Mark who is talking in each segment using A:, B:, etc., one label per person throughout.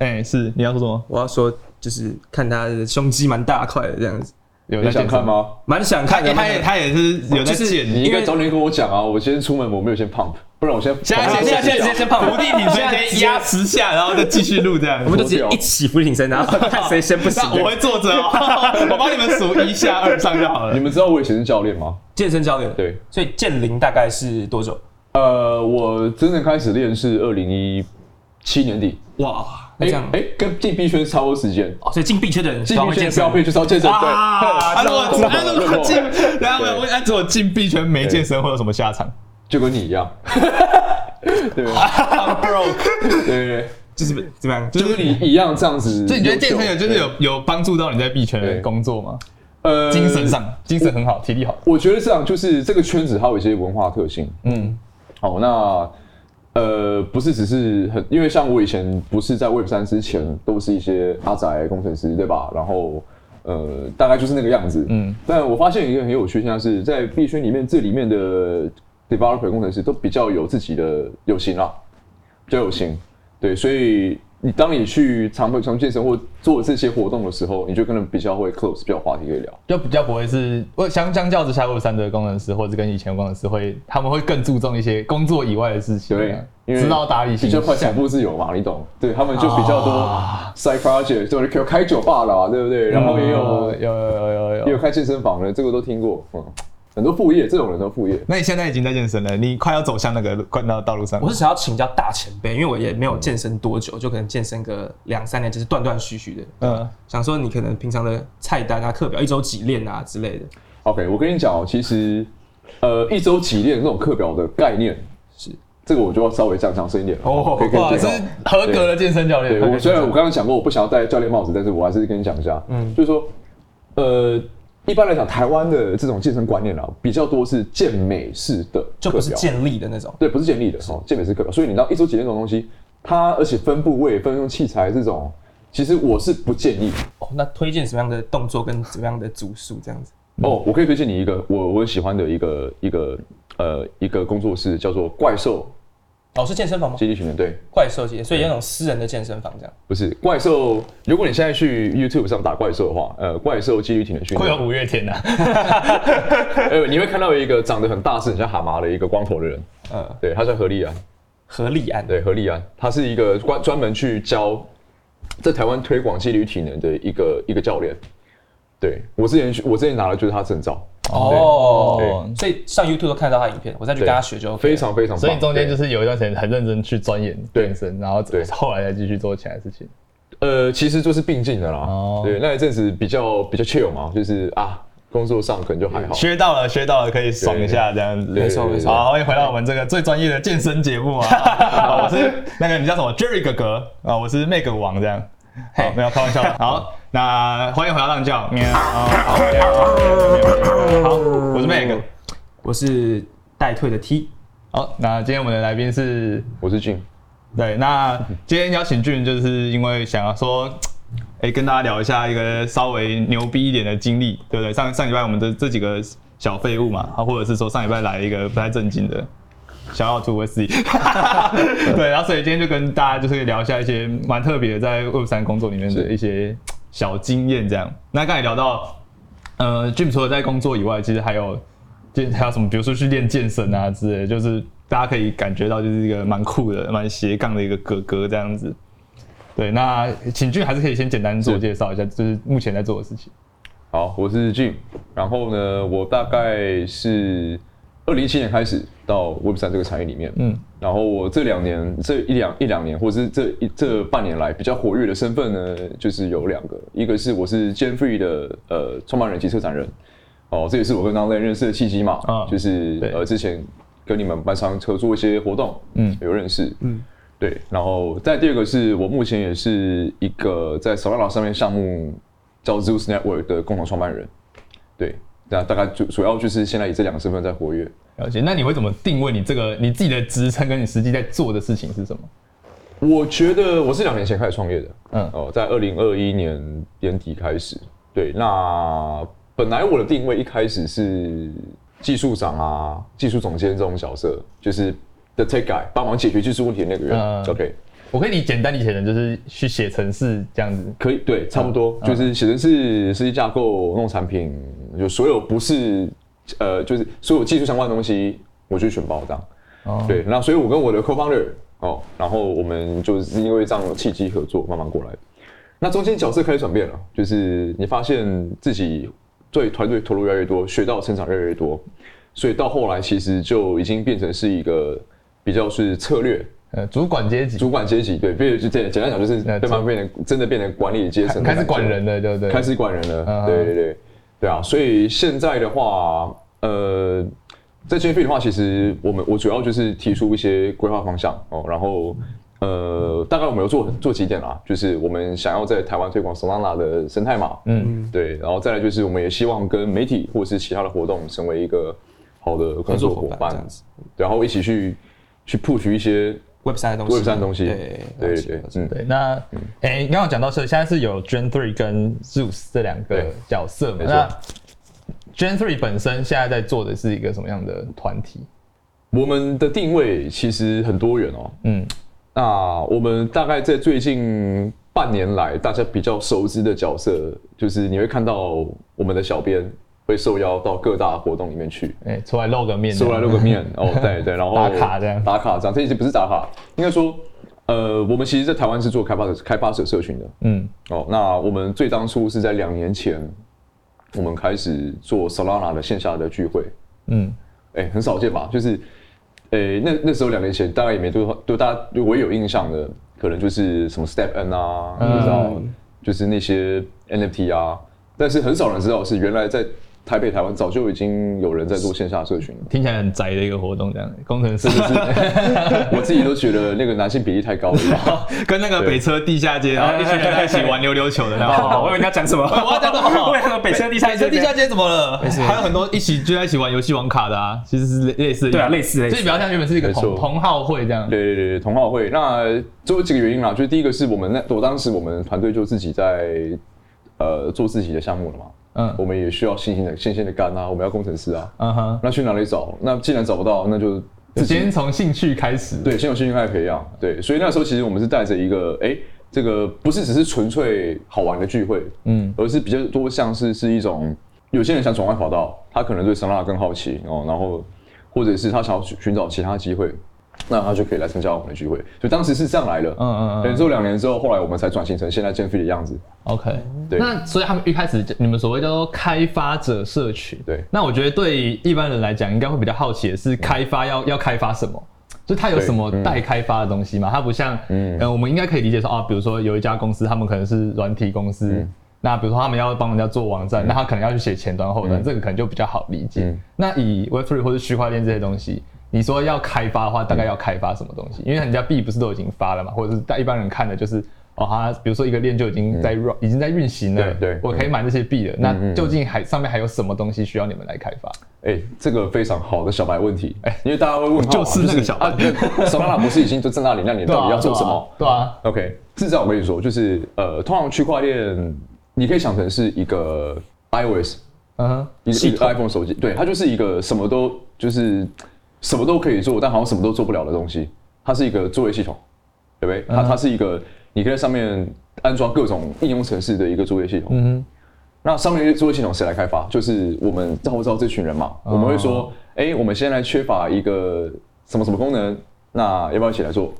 A: 哎、是你要说什么？
B: 我要说就是看他的胸肌蛮大块的这样子，
A: 有
C: 你
A: 在
C: 想看？吗？
B: 蛮想
A: 他
B: 看的。
A: 他也哎他也是有在
B: 就是
A: 健
C: 你应
B: 因
C: 该
B: 为
C: 早点跟我讲啊！我今天出门我没有先 pump，不然我先
A: 现在
B: 现在现在现在先胖，
A: 伏地挺身先压十下，然后再继续录这样。
B: 我们就直接一起伏地挺身，然后看谁先不行
A: 那。我会坐着、哦，我帮你们数一下二上就好了
C: 你。们知道我以前是教练吗？
B: 健身教练，
C: 对，
B: 所以健龄大概是多久？
C: 呃，我真正开始练是二零一七年底，
B: 哇，那
C: 哎
B: 这样
C: 哎、，跟进 B 圈差不多时间。
B: 哦所以进币圈的人
C: 进
B: 都会
C: B 圈
B: 健
C: 不
B: 身
C: 要。变就是要健身，对，
A: 啊！
C: 嘿
A: 如
C: 知
A: 果
C: 道
A: 啊
C: 懂
A: 如
C: 懂
A: 果进
C: 懂，
A: 然后我按如果进币圈没健身会有什么下 场
C: 就跟你一样，对
A: ？I'm broke，
C: 对对，
B: 就是怎么样？就
C: 就是跟你一样这样子优秀。
A: 所以你觉得健身有就是有
C: 对
A: 有帮助到你在币圈的工作吗？
C: 呃
A: 精神上，精神很好，体力好。
C: 我觉得这样就是这个圈子它有一些文化特性。嗯，好，那呃，不是只是很，因为像我以前不是在 Web 三之前，都是一些阿宅工程师，对吧？然后呃，大概就是那个样子。嗯，但我发现一个很有趣现象是在币圈里面，这里面的 developer 工程师都比较有自己的有型啦，比较有型。对，所以。你当你去常常健身或做这些活动的时候，你就可能比较会 close，比较有话题可以聊。
A: 就比较不会是，我相相较之下，Web 三的工程师或者跟以前的工程师会，他们会更注重一些工作以外的事情，
C: 对
A: 啊，
C: 因为
A: 指导打理
C: 比
A: 型
C: 较快财富自由嘛，你懂？对他们就比较多 side project，就有开酒吧啦，对不
A: 嗯
C: 对？然后也有
A: 有有有有有
C: 也有开健身房的，这个都听过。嗯，很多副业，这种人都副业。
A: 那你现在已经在健身了，你快要走向那个快到道路上
B: 我。是想要请教大前辈，因为我也没有健身多久，就可能健身个两三年，就是断断续续的。
A: 嗯，
B: 想说你可能平常的菜单啊、课表一周几练啊之类的，
C: OK，我跟你讲哦，其实呃，一周几练这种课表的概念
B: 是
C: 这个我就要稍微讲讲深一点了
B: 哦
C: 可以跟你
A: 哇，
C: 讲
A: 是合格的健身教练。
C: 对
A: 合格
C: 我
A: 的
C: 虽
A: 健
C: 然
A: 身
C: 我刚刚讲过我不想要戴教练帽子，但是我还是跟你讲一下，嗯，就是说，呃，一般来讲，台湾的这种健身观念啊，比较多是健美式的，
B: 就不是健力的那种。
C: 对，不是建立的哦，健美是可表。所以你知道一周几练这种东西，它而且分部位、分用器材这种，其实我是不建议。
B: 哦，那推荐什么样的动作跟什么样的组数这样子？
C: 哦，我可以推荐你一个我我很喜欢的一个一个呃一个工作室，叫做怪兽
B: 哦，是健身房吗？
C: 基地训练队。
B: 怪兽界，所以有那种私人的健身房这样。
C: 不是怪兽，如果你现在去 YouTube 上打怪兽的话，呃，怪兽肌力体能训
A: 会
C: 练
A: 有，五月天呐、
C: 呃，你会看到一个长得很大只、很像蛤蟆的一个光头的人，
B: 呃，
C: 对，他叫何立安，
B: 合力安。
C: 对，何立安，他是一个专专门去教在台湾推广肌力体能的一个一个教练。对我之前去我之前拿的就是他证照，
A: 哦，
B: 所以上 YouTube 都看得到他影片，我再去跟他学就 OK 了
C: 非常非常棒。
A: 所以你中间就是是有一段时间很认真去钻研
C: 对
A: 健身，然后
C: 对
A: 后来再继续做其他事情。
C: 呃，其实就是并进的啦。
A: 哦
C: 对，那一阵子比较比较 chill 嘛，就是啊，工作上可能就还好。
A: 学到了，学到了，可以爽一下这样子。
C: 对
B: 没错
C: 对
B: 没错
C: 对
A: 好，欢迎回到我们这个最专业的健身节目啊！好我是那个你叫什么 Jerry 哥哥啊，我是 Meg 王这样。好，没有开玩笑的。好，那欢迎回到浪教。喵好，喵好，我是 Meg。
B: 我是代退的 T，
A: 好，那今天我们的来宾是
C: 我是 Jim，
A: 对，那今天邀请俊，就是因为想要说，哎、跟大家聊一下一个稍微牛逼一点的经历，对不对？上上礼拜我们的这几个小废物嘛，啊，或者是说上礼拜来一个不太正经的。小奥图 S E，对，然后所以今天就跟大家就是聊一下一些蛮特别的在 Web 三工作里面的
C: 是
A: 一些小经验，这样。那刚才聊到，呃，Jim 除了在工作以外，其实还有健还有什么，比如说去练健身啊之类的，就是大家可以感觉到就是一个蛮酷的、蛮斜杠的一个哥哥这样子。对，那请俊还是可以先简单自我介绍一下，就是目前在做的事情。
C: 好，我是 Jim。然后呢，我大概是二零一七年开始到 Web 三这个产业里面，
A: 嗯
C: 嗯，然后我这两年这一两一两年，或者是这一这半年来比较活跃的身份呢，就是有两个，一个是我是 j e n f r e e 的呃创办人及策展人，哦，这也是我跟当 n 认识的契机嘛，
A: 啊
C: 就是
A: 对
C: 呃之前跟你们蛮常合作一些活动，
A: 嗯
C: 嗯，有认识，嗯，对，然后再第二个是我目前也是一个在 Solana 上面项目叫 Zeus Network 的共同创办人，对，那大概主主要就是现在以这两个身份在活跃。
A: 了解，那你会怎么定位你这个你自己的职称跟你实际在做的事情是什么？
C: 我觉得我是两年前开始创业的，
A: 嗯
C: 嗯，哦，在二零二一年年底开始。对，那本来我的定位一开始是技术长啊、技术总监这种角色，就是 the tech guy，帮忙解决技术问题的那个人。
A: 嗯
C: OK，
A: 我可以理简单理解成就是去写程式这样子。
C: 可以，对，差不多，就是写程式、设计架构、弄产品，就所有不是呃，就是所有技术相关的东西，我去全包这样。
A: 哦
C: 对，那所以我跟我的 co-founder 哦，然后我们就是因为这样的契机合作，慢慢过来。那中间角色开始转变了，就是你发现自己对团队投入越来越多，学到成长越来越多，所以到后来其实就已经变成是一个比较是策略
A: 呃，主管阶级
C: 主管阶级，对，变就简简单讲就是
A: 呃
C: 对方变成真的变成管理阶层的
A: 开
C: 感觉，
A: 始管人了，对不对？
C: 开始管人
A: 嗯
B: 啊
C: 了，对对对，对啊，所以现在的话，呃，在 JP 的话，其实我们我主要就是提出一些规划方向哦，然后呃，大概我们有做做几点啦，就是我们想要在台湾推广 Solana 的呃生态嘛，嗯，对，然后再来就是我们也希望跟媒体或是其他的活动成为一个好的
B: 合
C: 工
B: 作
C: 作
B: 伙
C: 伙
B: 伴这
C: 伴
B: 样，子
C: 然后一起去去 push 一些
B: Web 三的东西
C: Web 三东西，
B: 对
C: 对
B: 了
C: 对
B: 解
C: 对
B: 了，解
C: 嗯，
A: 对，那哎，你刚刚讲到是现在是有 Gen Three 跟 Zeus 这两个
C: 对
A: 角色嘛？
C: 没错
A: 那 Gen Three 本身现在在做的是一个什么样的团体？
C: 我们的定位其实很多元哦。
A: 嗯，
C: 那我们大概在最近半年来，大家比较熟知的角色，就是你会看到我们的小编会受邀到各大活动里面去，
A: 哎，出来露个面，
C: 出来露个面，哦，对对，然后
A: 打卡这样
C: 打卡这样，这已经不是打卡，应该说，呃，我们其实，在台湾是做开发者开发者社群的，
A: 嗯，
C: 哦，那我们最当初是在两年前，我们开始做 Solana 的线下的聚会，
A: 嗯，
C: 哎、很少见吧？就是，哎、那那时候两年前，大概也没多少，对大家对我有印象的，可能就是什么 Step N 啊，
A: 嗯
C: 你知道，就是那些 NFT 啊，但是很少人知道是原来在台北、台湾早就已经有人在做线下社群了。
A: 听起来很宅的一个活动，这样工程师就是
C: 我自己都觉得那个男性比例太高了。
A: 跟那个北车地下街，然后一群人在一起玩溜溜球的那
B: 哦，我以
A: 种。
B: 为你要讲什么？
A: 我要讲什么
B: 我以为说北车地下
A: 北车地下街怎么了？
B: 没事
A: 还有很多一起聚在一起玩游戏网卡的啊，其实是类类似的。
B: 对啊，类似类
A: 所以比
B: 似。
A: 较像原本是一个
C: 没错
A: 同同号会这样。
C: 对对对，对同好会。那就有几个原因啦，就是第一个是我们那我当时我们团队就自己在呃做自己的项目了嘛，我
A: 嗯
C: 们也需要新鲜的新鲜的肝啊，我们要工程师啊，
A: 嗯哼，
C: 那去哪里找？那既然找不到，那就自己
A: 先从兴趣开始。
C: 对，先有兴趣开始培养。对，所以那时候其实我们是带着一个，哎、这个不是只是纯粹好玩的聚会，
A: 嗯，
C: 而是比较多像是是一种有些人想转换跑道，他可能对声纳更好奇哦，然后或者是他想要寻寻找其他机会，那他就可以来参加我们的聚会。所以当时是这样来的。
A: 嗯嗯
C: 等于
A: 嗯。
C: 说两年之后，后来我们才转型成现在建飞的样子。
A: OK。
C: 对
A: 那所以他们一开始就你们所谓叫做开发者社群。
C: 对
A: 那我觉得对于一般人来讲，应该会比较好奇的是，开发要要开发什么？就它有什么
C: 嗯
A: 待开发的东西吗？它不像，嗯，我们应该可以理解说啊，比如说有一家公司，他们可能是软体公司。
C: 嗯
A: 那比如说他们要帮人家做网站，那他可能要去写前端后端，这个可能就比较好理解。
C: 嗯
A: 那以 Web3 或者区块链这些东西，你说要开发的话，大概要开发什么东西？
C: 嗯
A: 因为人家币不是都已经发了嘛，或者是大一般人看的就是哦，它比如说一个链就已经在 run，、已经在运行了，
C: 嗯对对嗯
A: 我可以买这些币了。那究竟还上面还有什么东西需要你们来开发？
C: 哎、这个非常好的小白问题，哎、因为大家会问号 嘛，
A: 就是那个小白
C: 啊，声纳不是已经就在那里，那你到底要做什 么？哦
A: 对啊，
C: OK，至少我跟你说，就是呃，通常区块链你可以想成是一个
A: 对啊
C: iOS，
A: 嗯哼，
C: 一个一个 iPhone 手机，对，它就是一个什么都就是什么都可以做，但好像什么都做不了的东西。它是一个作业系统，对不对？
A: 嗯
C: 它它是一个你可以在上面安装各种应用程式的一个作业系统。
A: 嗯
C: 那上面的作业系统谁来开发？就是我们号召这群人嘛。
A: 哦
C: 我们会说，哎、我们现在缺乏一个什么什么功能，那要不要一起来做？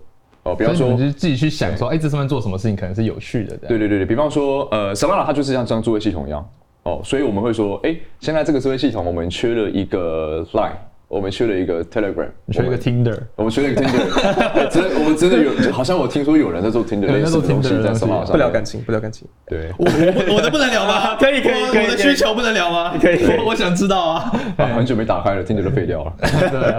C: 哦，比
A: 哼，
C: 方
A: 所以
C: 说
A: 你们就自己去想说，哎、这上面做什么事情可能是有趣的，这样
C: 对对对对，比方说，呃，Solana 它就是像这样作业系统一样哦，所以我们会说，哎，现在这个作业系统我们缺了一个 Line，我们缺了一个 Telegram，
A: 你缺一
C: 我
A: 个
C: 们
A: Tinder，
C: 我们缺了一个 Tinder，哎真的我们真的有，好像我听说有人在做 Tinder
A: 有人
C: 类
A: 在
C: 似
A: 做
C: 的东
A: Tinder
C: 西
A: 的
C: 在
A: 东西
C: Solana 上面，
B: 不聊感情，不聊感情。
C: 对，
A: 我 我的不能聊吗？
B: 可以可以
A: 我
B: 可以
A: 我的
B: 可以
A: 需求不能聊吗？可
B: 以可以
A: 我我想知道 啊。
C: 啊很久没打开了，Tinder 都废掉了，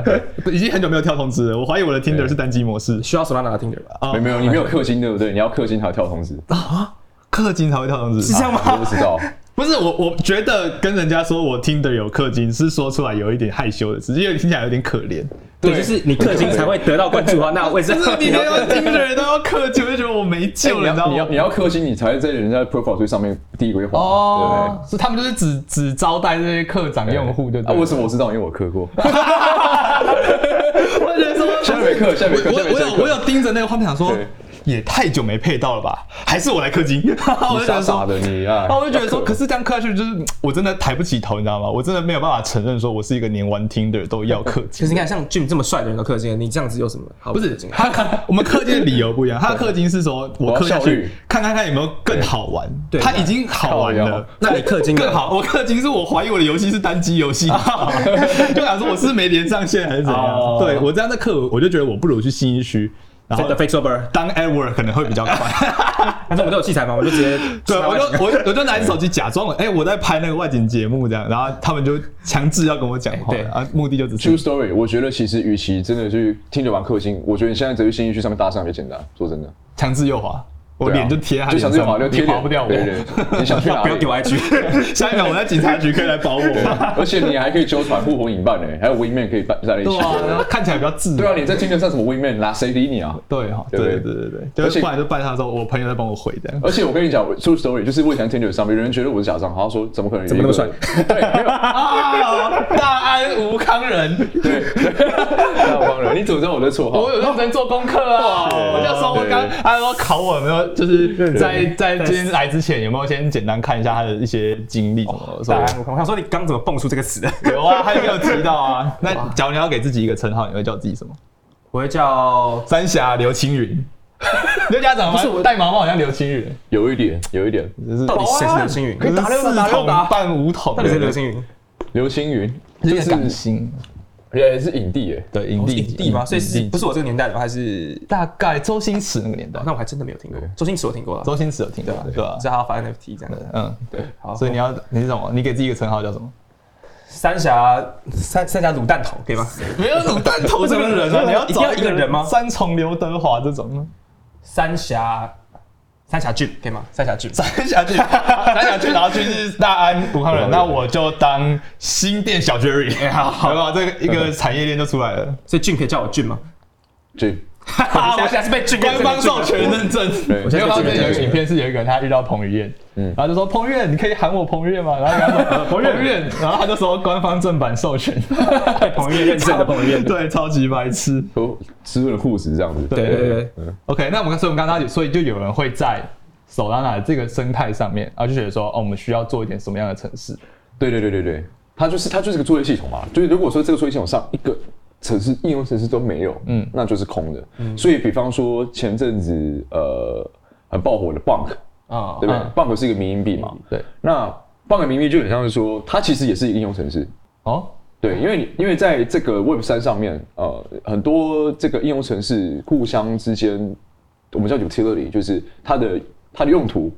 A: 对，已经很久没有跳通知了，我怀疑我的 Tinder
C: 对
A: 是单机模式
B: 需要 Solana 的 Tinder 吧？
A: 啊
C: 没有没有，你没有氪金对不对？你要氪金才有跳通知，
A: 啊，氪金才会跳通知，
B: 是这样
C: 我
B: 吗
C: 不？知道，
A: 不是我，我觉得跟人家说我 Tinder 有氪金是说出来有一点害羞的事，因为听起来有点可怜。
B: 对，就是你氪金才会得到关注啊。那为什
A: 但是
B: 么
A: 你连要 Tinder 都要氪 金，我就觉得我没救
C: 你
A: 了，你
C: 要你
A: 知道
C: 要
A: 吗？
C: 你要氪金，你才在人家 profile 最上面第一个会滑，对
A: 哦
C: 不，
A: 是他们就是只只招待这些课长
C: 对？
A: 用户，对不
C: 啊，
A: 对？
C: 为什么我知道？因为我 氪过，
A: 我觉得说
C: 下一位课，下一位课，
A: 我
C: 下一位
A: 我
C: 课
A: 有我有盯着那个画面，想说
C: 对
A: 也太久没配到了吧？ 还是我来氪金？我就
C: 你
A: 想说
C: 傻傻的你啊！
A: 然后我就觉得说，可
C: 是
A: 是这样氪下去，就是我真的抬不起头，你知道吗？我真的没有办法承认说我是一个连玩 Tinder 都要氪
B: 其实
A: 金。
B: 你看，像 Jim 这么帅的人都氪金了，你这样子有什么好
A: 不
B: 不
A: 是
B: 氪金的？啊
A: 他看我们氪金的理由不一样，他的氪金是说我氪下
C: 我要效
A: 去
C: 率
A: 看看看有没有更好玩，
B: 对
A: 他已经好玩
C: 靠
A: 了
C: 腰，
B: 那你氪金的
A: 更好？我氪金是我怀疑我的游戏是单机游戏，就想说我是没连上线还是怎样
C: 哦？
A: 对我这样在氪，我就觉得我不如去新一区，然后
B: fake sober，
A: 当 Edward 可能会比较快。
B: 反正我们都有器材嘛，我就直接
A: 对，我就
B: 拿外景
A: 我我就拿起手机假装了，哎、我在拍那个外景节目这样，然后他们就强制要跟我讲话，
B: 哎对
A: 啊，目的就只
C: True
A: 是
C: Story，我觉得其实与其真的去听着玩氪金，我觉得你现在直接去新一区上面搭讪也简单。说真的，
A: 强制右滑，我
C: 对啊
A: 脸就贴他
C: 就
A: 脸
C: 想
A: 上，
C: 去滑就贴
A: 你
C: 脸
A: 划不掉我。
C: 对对 对你想去哪里？
B: 不要给我 IG，
A: 下一秒我在警察局可以来保我，
C: 而且你还可以纠团互红引伴呢，欸还有 Wingman 可以伴在一
A: 对
C: 起。
A: 啊，然后看起来比较自
C: 对
A: 然。
C: 啊，你在听着上什么 Wingman 啦，谁理你啊？
A: 对哈，
C: 对
A: 对
C: 不
A: 对
C: 对
A: 对对
C: 而
A: 对，就
C: 且
A: 不然就办他的时候，我朋友在帮我回这样。
C: 而且我跟你讲我，True Story 就是我以前在 Tinder 上面，有人觉得我是假账号，他说怎么可能？
B: 怎么那么帅？
C: 对，没有，
A: 啊，大安吴康人，
C: 大方人，你怎么知道我的绰号？
A: 有认真做功课啊！我就说我刚他说考我有没有，就是在在今天来之前有没有先简单看一下他的一些经历什么的，所
B: 答
A: 以
B: 案我看，我想说你刚怎么蹦出这个词的？
A: 有啊，他也有提到 啊。那假如你要给自己一个称号，你会叫自己什么？
B: 我会叫
A: 三峡刘青 云。刘家长不
B: 不是我
A: 戴毛毛，好像刘青云，
C: 有一点，有一点，
A: 就是
B: 到底谁是刘青云
A: 可是
B: 可以打六打
A: 四
B: 打六
A: 筒
B: 打
A: 半五筒，
B: 到底是流星云？
C: 刘青云，
A: 就
C: 就是
A: 港星，
C: 也是影帝耶。
B: 哦
A: 对影帝
B: 影帝吗？所以是
A: 影帝
B: 不是我这个年代的吧？还是？
A: 大概周星驰那个年代
B: 哦，那我还真的没有听过。周星驰我听过了，
A: 周星驰有听过
B: 对啊啊
A: 对吧
B: 知？道他要发 NFT 这样。
A: 嗯，
B: 对，好。
A: 所以你要你是什么？你给自己一个称号叫什么？
B: 三峡三三峡卤蛋头可以吗？
A: 没有卤蛋头
B: 这个 人啊你要
A: 一定要
B: 找一个人吗
A: 三重刘德华这种呢？
B: 三峡三峡郡可以吗？三峡 郡。
A: 三峡郡，三峡郡，然后去是大安武康人，那我就当新店小 Jerry，好哎不好？这个一个产业链就出来了，
B: 所以郡可以叫我郡吗？
C: 这
B: 我现在是被郡
A: 官方授权认证。
C: 对嗯
A: 我
B: 现在
A: 发
B: 就
A: 现
B: 觉得
A: 有一个影片是有一个人他遇到彭于晏，然后就说彭于晏，你可以喊我彭于晏吗？然后他 说呃彭于晏，然后他就说官方正版授 权，
B: 彭于晏认证的彭于晏。
A: 对，超级白痴。
C: 都湿润护食这样子。
B: 对对对对，
A: OK，那我们所以我们刚刚所以就有人会在 Solana 的这个生态上面，然后就觉得说，哦，我们需要做一点什么样的城市？
C: 对对对对对，它就是它就是个作业系统嘛。就是如果说这个作业系统上一个城市应用城市都没有，嗯，那就是空的。所以比方说前阵子呃很爆火的 Bunk，
B: 啊
C: 对不对、b u n k 是一个民营币嘛，
A: 对，
C: 那 Bunk 民营币就很像是说它其实也是一个应用城市。
A: 哦，
C: 对，因为你因为在这个 Web 三上面，呃，很多这个应用城市互相之间，我们叫 utility，就是它的它的用途，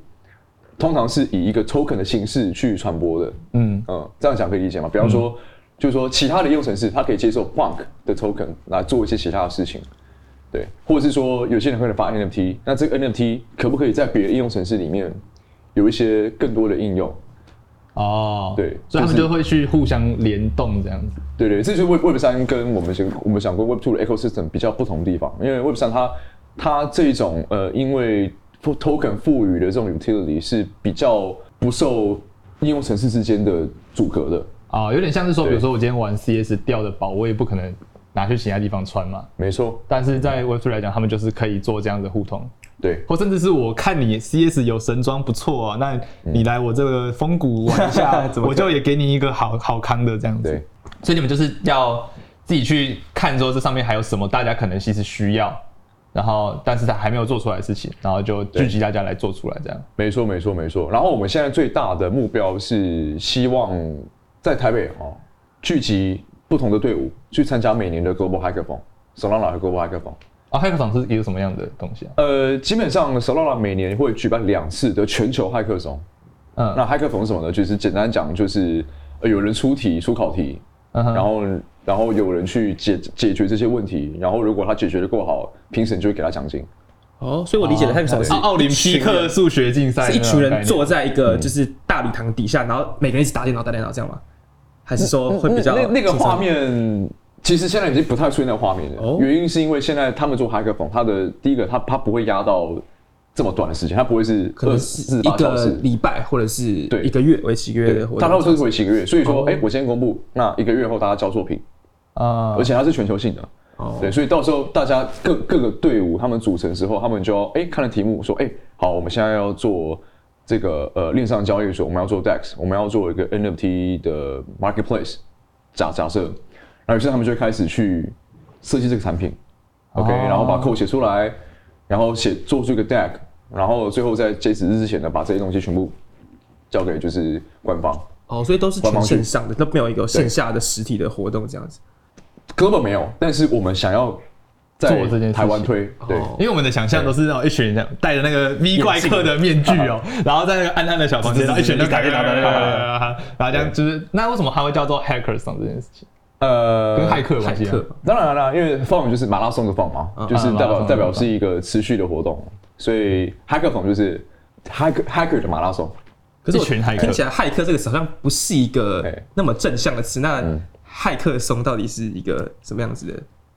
C: 通常是以一个 token 的形式去传播的。
A: 嗯，
C: 嗯，这样讲可以理解吗？比方说，就是说其他的应用程式，它可以接受 Bunk 的 token 来做一些其他的事情，对，或者是说有些人可能发 NFT，那这个 NFT 可不可以在别的应用程式里面有一些更多的应用？
A: 哦，
C: 对
A: 所以他们
C: 就
A: 就
C: 是
A: 会去互相联动这样子。
C: 对对，这就是 Web Web 三跟我们想我们想过 Web two 的 ecosystem 比较不同的地方，因为 Web 三它它这种呃，因为 to- token 赋予的这种 utility 是比较不受应用程式之间的阻隔的，
A: 啊、有点像是说，
C: 对
A: 比如说我今天玩 CS 掉的宝，我也不可能拿去其他地方穿嘛。
C: 没错，
A: 但是在 Web3 来讲，他们就是可以做这样的互通，
C: 对。
A: 或甚至是我看你 CS 有神装不错啊，那你来我这个风谷玩一 下，
B: 怎么可能
A: 我就也给你一个好好康的这样子。
C: 对，
A: 所以你们就是要自己去看说这上面还有什么大家可能其实需要，然后但是他还没有做出来的事情，然后就聚集大家来做出来这样。
C: 没错，没错，没错。然后我们现在最大的目标是希望在台北哦聚集不同的队伍去参加每年的 Global Hackathon。Solana 和 Global Hackathon，
A: 啊，Hackathon 是一个什么样的东西啊？
C: 呃，基本上 Solana 每年会举办两次的全球骇客松。
A: 嗯
C: 那骇客松是什么呢？就是简单讲，就是呃有人出题、出考题，
B: 哦
A: 嗯哼
C: 然后然后有人去解解决这些问题，然后如果他解决的够好，评审就会给他奖金。
B: 哦，所以我理解的 h a
C: 对
B: c
A: 啊奥林匹克数学竞赛
B: 是一群人坐
A: 的
B: 在一个就是大礼堂底下，然后每个人一直打电脑打电脑这样吗？还是说会比较
C: 那那个
B: 轻松
C: 画面，其实现在已经不太出现那个画面了。
B: 哦
C: 原因是因为现在他们做骇客风，它的第一个，它它不会压到这么短的时间，它不会是
B: 可
C: 二
B: 能
C: 十
B: 是
C: 四
B: 一
C: 八小
B: 个
C: 时。
B: 礼拜或者是
C: 对
B: 一个月为期月
C: 对
B: 的活，
C: 它都
B: 动。
C: 是为期一个月，所以说，
B: 哦
C: 哎、我先公布，那一个月后大家交作品，
A: 概念啊
C: 而且它是全球性的，
B: 哦
C: 对，所以到时候大家各各个队伍他们组成之后，他们就要哎、看了题目说哎、好，我们现在要做这个呃链上交易所，我们要做 DEX，我们要做一个 NFT 的 marketplace 假假设，然后于是他们就会开始去设计这个产品，OK，、然
A: 哦
C: 后把 code 写出来，然后写做出一个 deck，然后最后在截止日之前呢，把这些东西全部交给就是官方。
B: 哦，所以都是
C: 官
B: 全
C: 方去
B: 线上的，都没有一个线下的实体的活动这样子。
C: 根本没有，但是我们想要在
A: 做这件事情
C: 台湾推，对，
B: 哦
A: 因为我们的想象都是那种一群人戴着那个 V 怪客的面具哦、然后在那个暗暗的小房间，然后一群人打一打打打打打，然后这样就是那为什么它会叫做 hackers 这件事情？
C: 呃，
A: 跟骇客有关系
B: 骇
A: 啊？
B: 客
C: 当然了，因为放就是马拉松的放嘛，就是
A: 马拉
C: 代
A: 松
C: 表
A: 的
C: 代表是一个持续的活动，所以 hackathon 就是 hack hacker 的马拉松。
A: 可
B: 可是
A: 一
B: 我
A: 群骇
B: 听起
A: 客，
B: 来“骇客”这个词好像不是一个
C: 对
B: 那么正向的词。那骇客松到底是一个什么样子的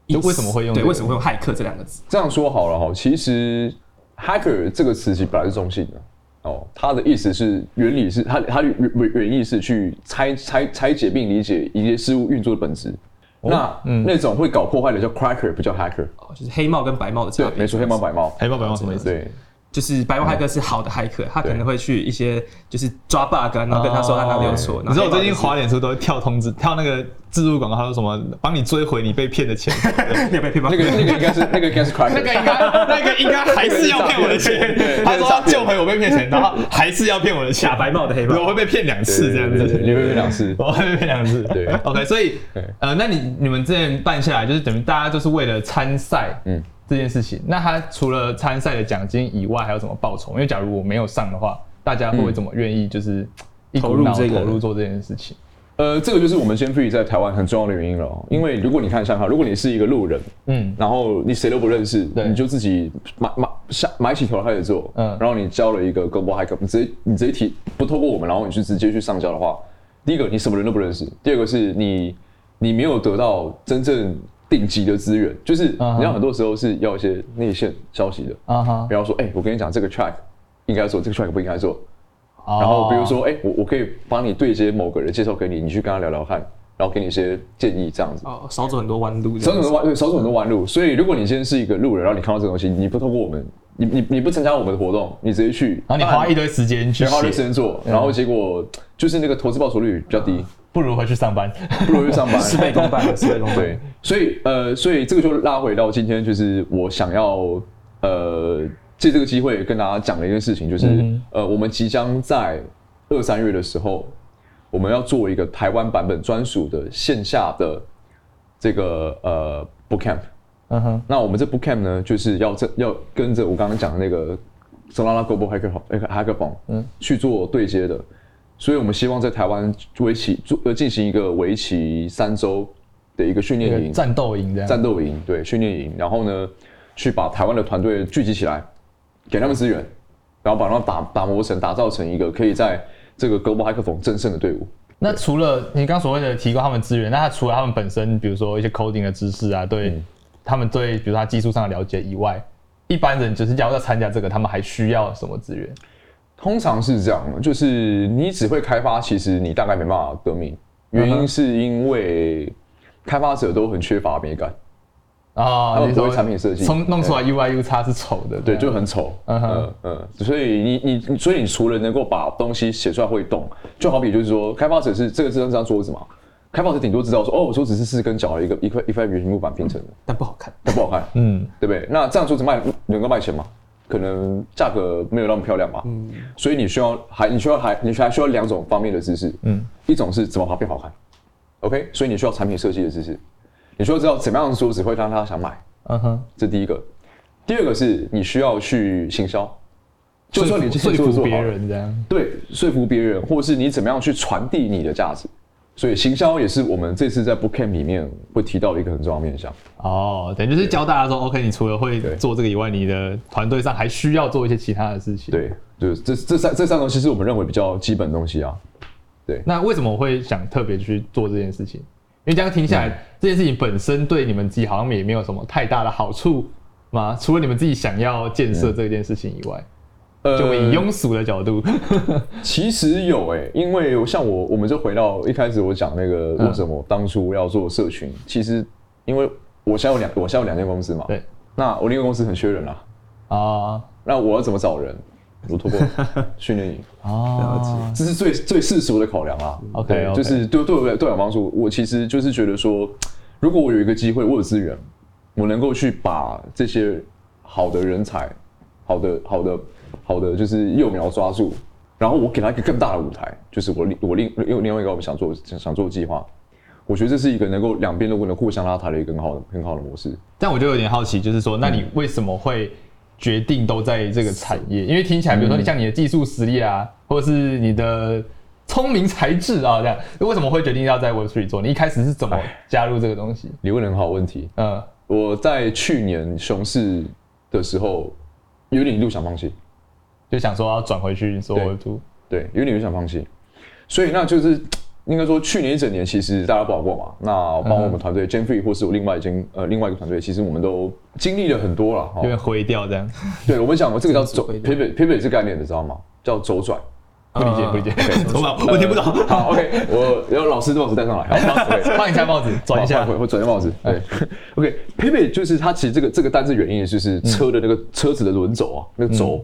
B: 意思？
A: 就为什么会用
B: 对，
A: 这个
B: 为什么会用“骇客”这两个字？
C: 这样说好了哈，其实 hacker 这个词其实本来是中性的哦，它的意思是原理是它它原原原意是去拆拆拆解并理解一些事物运作的本质。那、那种会搞破坏的叫 cracker，不叫 hacker。
B: 哦，就是黑帽跟白帽的差
C: 对，
B: 别。
C: 没错，黑猫白猫。
A: 黑豹白猫什么意思？
C: 对，
B: 就是白帽骇
C: 嗯
B: 客是好的骇客，他可能会去一些就是抓 bug，啊然后跟他说他哪里有
C: 哦
B: 错。
A: 你知道我最近
B: 滑
A: 滑脸书都会跳通知，跳那个自入广告，他说什么帮你追回你被骗的钱，
B: 那被骗吗？
C: 那个那个应该是那个应该是 cracker。
A: 那个应该，那个应该还是要骗我的钱。他说要救回我被骗钱，然后还是要骗我的钱。
B: 假白帽的黑帽
A: 对我会被骗两次这样
C: 对对对
A: 子。
C: 对你会被骗两次
A: 我会被骗哦两次。
C: 对
A: ，OK，所以
C: 对
A: 呃，那你你们之前办下来，就是等于大家就是为了参赛，嗯
C: 嗯，
A: 这件事情。那他除了参赛的奖金以外，还有什么报酬？因为假如我没有上的话，大家会不会怎么愿意就是一股脑
B: 投入这个
A: 投入做这件事情？
C: 呃，这个就是我们先 free 在台湾很重要的原因了哦。因为如果你看一下哈，如果你是一个路人，
A: 嗯，
C: 然后你谁都不认识，
A: 对
C: 你就自己买买下买起头来开始做，
A: 嗯
C: 嗯，然后你交了一个 global hacker，你直接你直接提不透过我们，然后你去直接去上交的话，第一个你什么人都不认识，第二个是你你没有得到真正顶级的资源，就是
A: 嗯哼
C: 你知道很多时候是要一些内线消息的，
A: 啊哈
C: 比，方说，哎、我跟你讲这个 track 应该做，这个 track 不应该做，
A: 然
C: 然
A: 啊
C: 后
A: 哦
C: 比如说，哎、我我可以帮你对接某个人，介绍给你，你去跟他聊聊看，然后给你一些建议，这样子。
B: 哦，少走很多弯路这
C: 少
B: 样子。
C: 走很多弯，对，少走很多弯路。所以，如果你今天是一个路人，然后你看到这个东西，你不透过我们，你你你不参加我们的活动，你直接去，
A: 然后你花一嗯堆时间去
C: 然后花一堆时
A: 写，
C: 间做，然后结果就是那个投资报酬率比较低，
A: 不如回去上班。
C: 不如去 上班。
B: 事倍 功半了，事倍功半。
C: 对，所以呃，所以这个就拉回到今天，就是我想要呃借这个机会跟大家讲的一件事情，就是、
A: 嗯
C: 呃，我们即将在二三月的时候，我们要做一个台湾版本专属的线下的这个呃 book camp。
A: 嗯哼，
C: 那我们这 book camp 呢，就是要这要跟着我刚刚讲的那个 Solana Global Hacker 那个 Hackathon，嗯，去做对接的。所以我们希望在台湾为期做呃进行一个为期三周的一个训
A: 那
C: 练
A: 个
C: 营，
A: 战斗营这样。
C: 战斗营，对，训练营，然后呢，去把台湾的团队聚集起来，给他们资源，然后把他们打打磨成、打造成一个可以在这个 Global Hackathon 正胜的队伍。
A: 那除了你刚所谓的提供他们资源，那他除了他们本身，比如说一些 coding 的知识啊，对、
C: 嗯
A: 他们对比如说他技术上的了解以外，一般人就是假如要参加这个，他们还需要什么资源？
C: 通常是这样，就是你只会开发，其实你大概没办法得名，原因是因为开发者都很缺乏美感，
A: 啊，
C: 他们
A: 你
C: 不会
A: 说
C: 产品设计
A: 从弄出来 UI U 叉是丑的，
C: 对，
A: 这
C: 就
A: 样
C: 很丑。
A: 嗯
C: 嗯
A: 哼
C: 嗯所以你你你所以你除了能够把东西写出来会动，就好比就是说，开发者是这个是张张桌子嘛，开发者顶多知道说，哦，我桌子是四根脚的一个一块一块圆形木板拼成的，
B: 但不好看。
C: 它不好看，
A: 嗯，
C: 对不对？那这样桌子卖能够卖钱吗？可能价格没有那么漂亮吧。嗯，所以你需要还你需要还你还需要两种方面的知识，嗯，一种是怎么把它变好看，OK，所以你需要产品设计的知识，你需要知道怎么样的桌子会让他想买，
A: 嗯哼，
C: 这第一个。第二个是你需要去行销，就算你
A: 说
C: 做
A: 服
C: 做
A: 别
C: 好了，
A: 人这样，
C: 对，说服别人，或是你怎么样去传递你的价值。所以行销也是我们这次在 Bootcamp 里面会提到的一个很重要的面向。
A: 哦，等于就是教大家说，OK，你除了会
C: 对
A: 做这个以外，你的团队上还需要做一些其他的事情。，
C: 对，就是这这三这三个东西是我们认为比较基本的东西啊。
A: 那为什么我会想特别去做这件事情？因为这样听下来，这件事情本身对你们自己好像也没有什么太大的好处嘛，除了你们自己想要建设这件事情以外，
C: 呃
A: 就以庸俗的角度，
C: 其实有诶、因为我像
A: 嗯
C: 我，我们就回到一开始我讲那个为什么当初要做社群，其实因为我现在有两，我现在有两间公司嘛，
A: 对，
C: 那我另一个公司很缺人啦、
A: 啊
C: 那我要怎么找人？我透过训练营，
A: 啊，
C: 这是最最世俗的考量啊。
A: OK，
C: 对
A: OK
C: 就是对对我对我有帮助。我其实就是觉得说，如果我有一个机会，我有资源，我能够去把这些好的人才、好的、好的、好的，就是幼苗抓住，然后我给他一个更大的舞台，就是我另我另另另外一个我们想做想做的计划。我觉得这是一个能够两边都能互相拉抬的一个很好的很好的模式。
A: 但我就有点好奇，就是说，那你为什么会决定都在这个产业？因为听起来，比如说你像你的技术实力啊，或者是你的聪明才智啊，这样，为什么会决定要在 Web Three 做？你一开始是怎么加入这个东西？
C: 你问了很好的问题。
A: 嗯，
C: 我在去年熊市的时候，有点一度想放弃。
A: 就想说要转回去做
C: 对
A: Web Two。
C: 对，有点想放弃，所以那就是应该说去年一整年其实大家不好过嘛。那包括我们团队 j e n f r e y 或是我另外一间呃另外一个团队，其实我们都经历了很多了。
A: 有点
C: 哦、
A: 灰掉这样，
C: 对，我们讲过这个叫
B: 自己
C: 走
B: 回答
C: pivot pivot 这概念，你知道吗？叫周转。
A: 不理解不理解， 懂吧？我
C: 哦我
A: 听不 懂。
C: 好，OK，我要老师的帽子戴上来。好 OK
A: 换一下帽子，转一下哎
C: 我。我转一下帽子。对 ，OK，p i v o t 就是它其实这个这个单字原意就是车的那个车子的轮轴啊，那个轴。
A: 嗯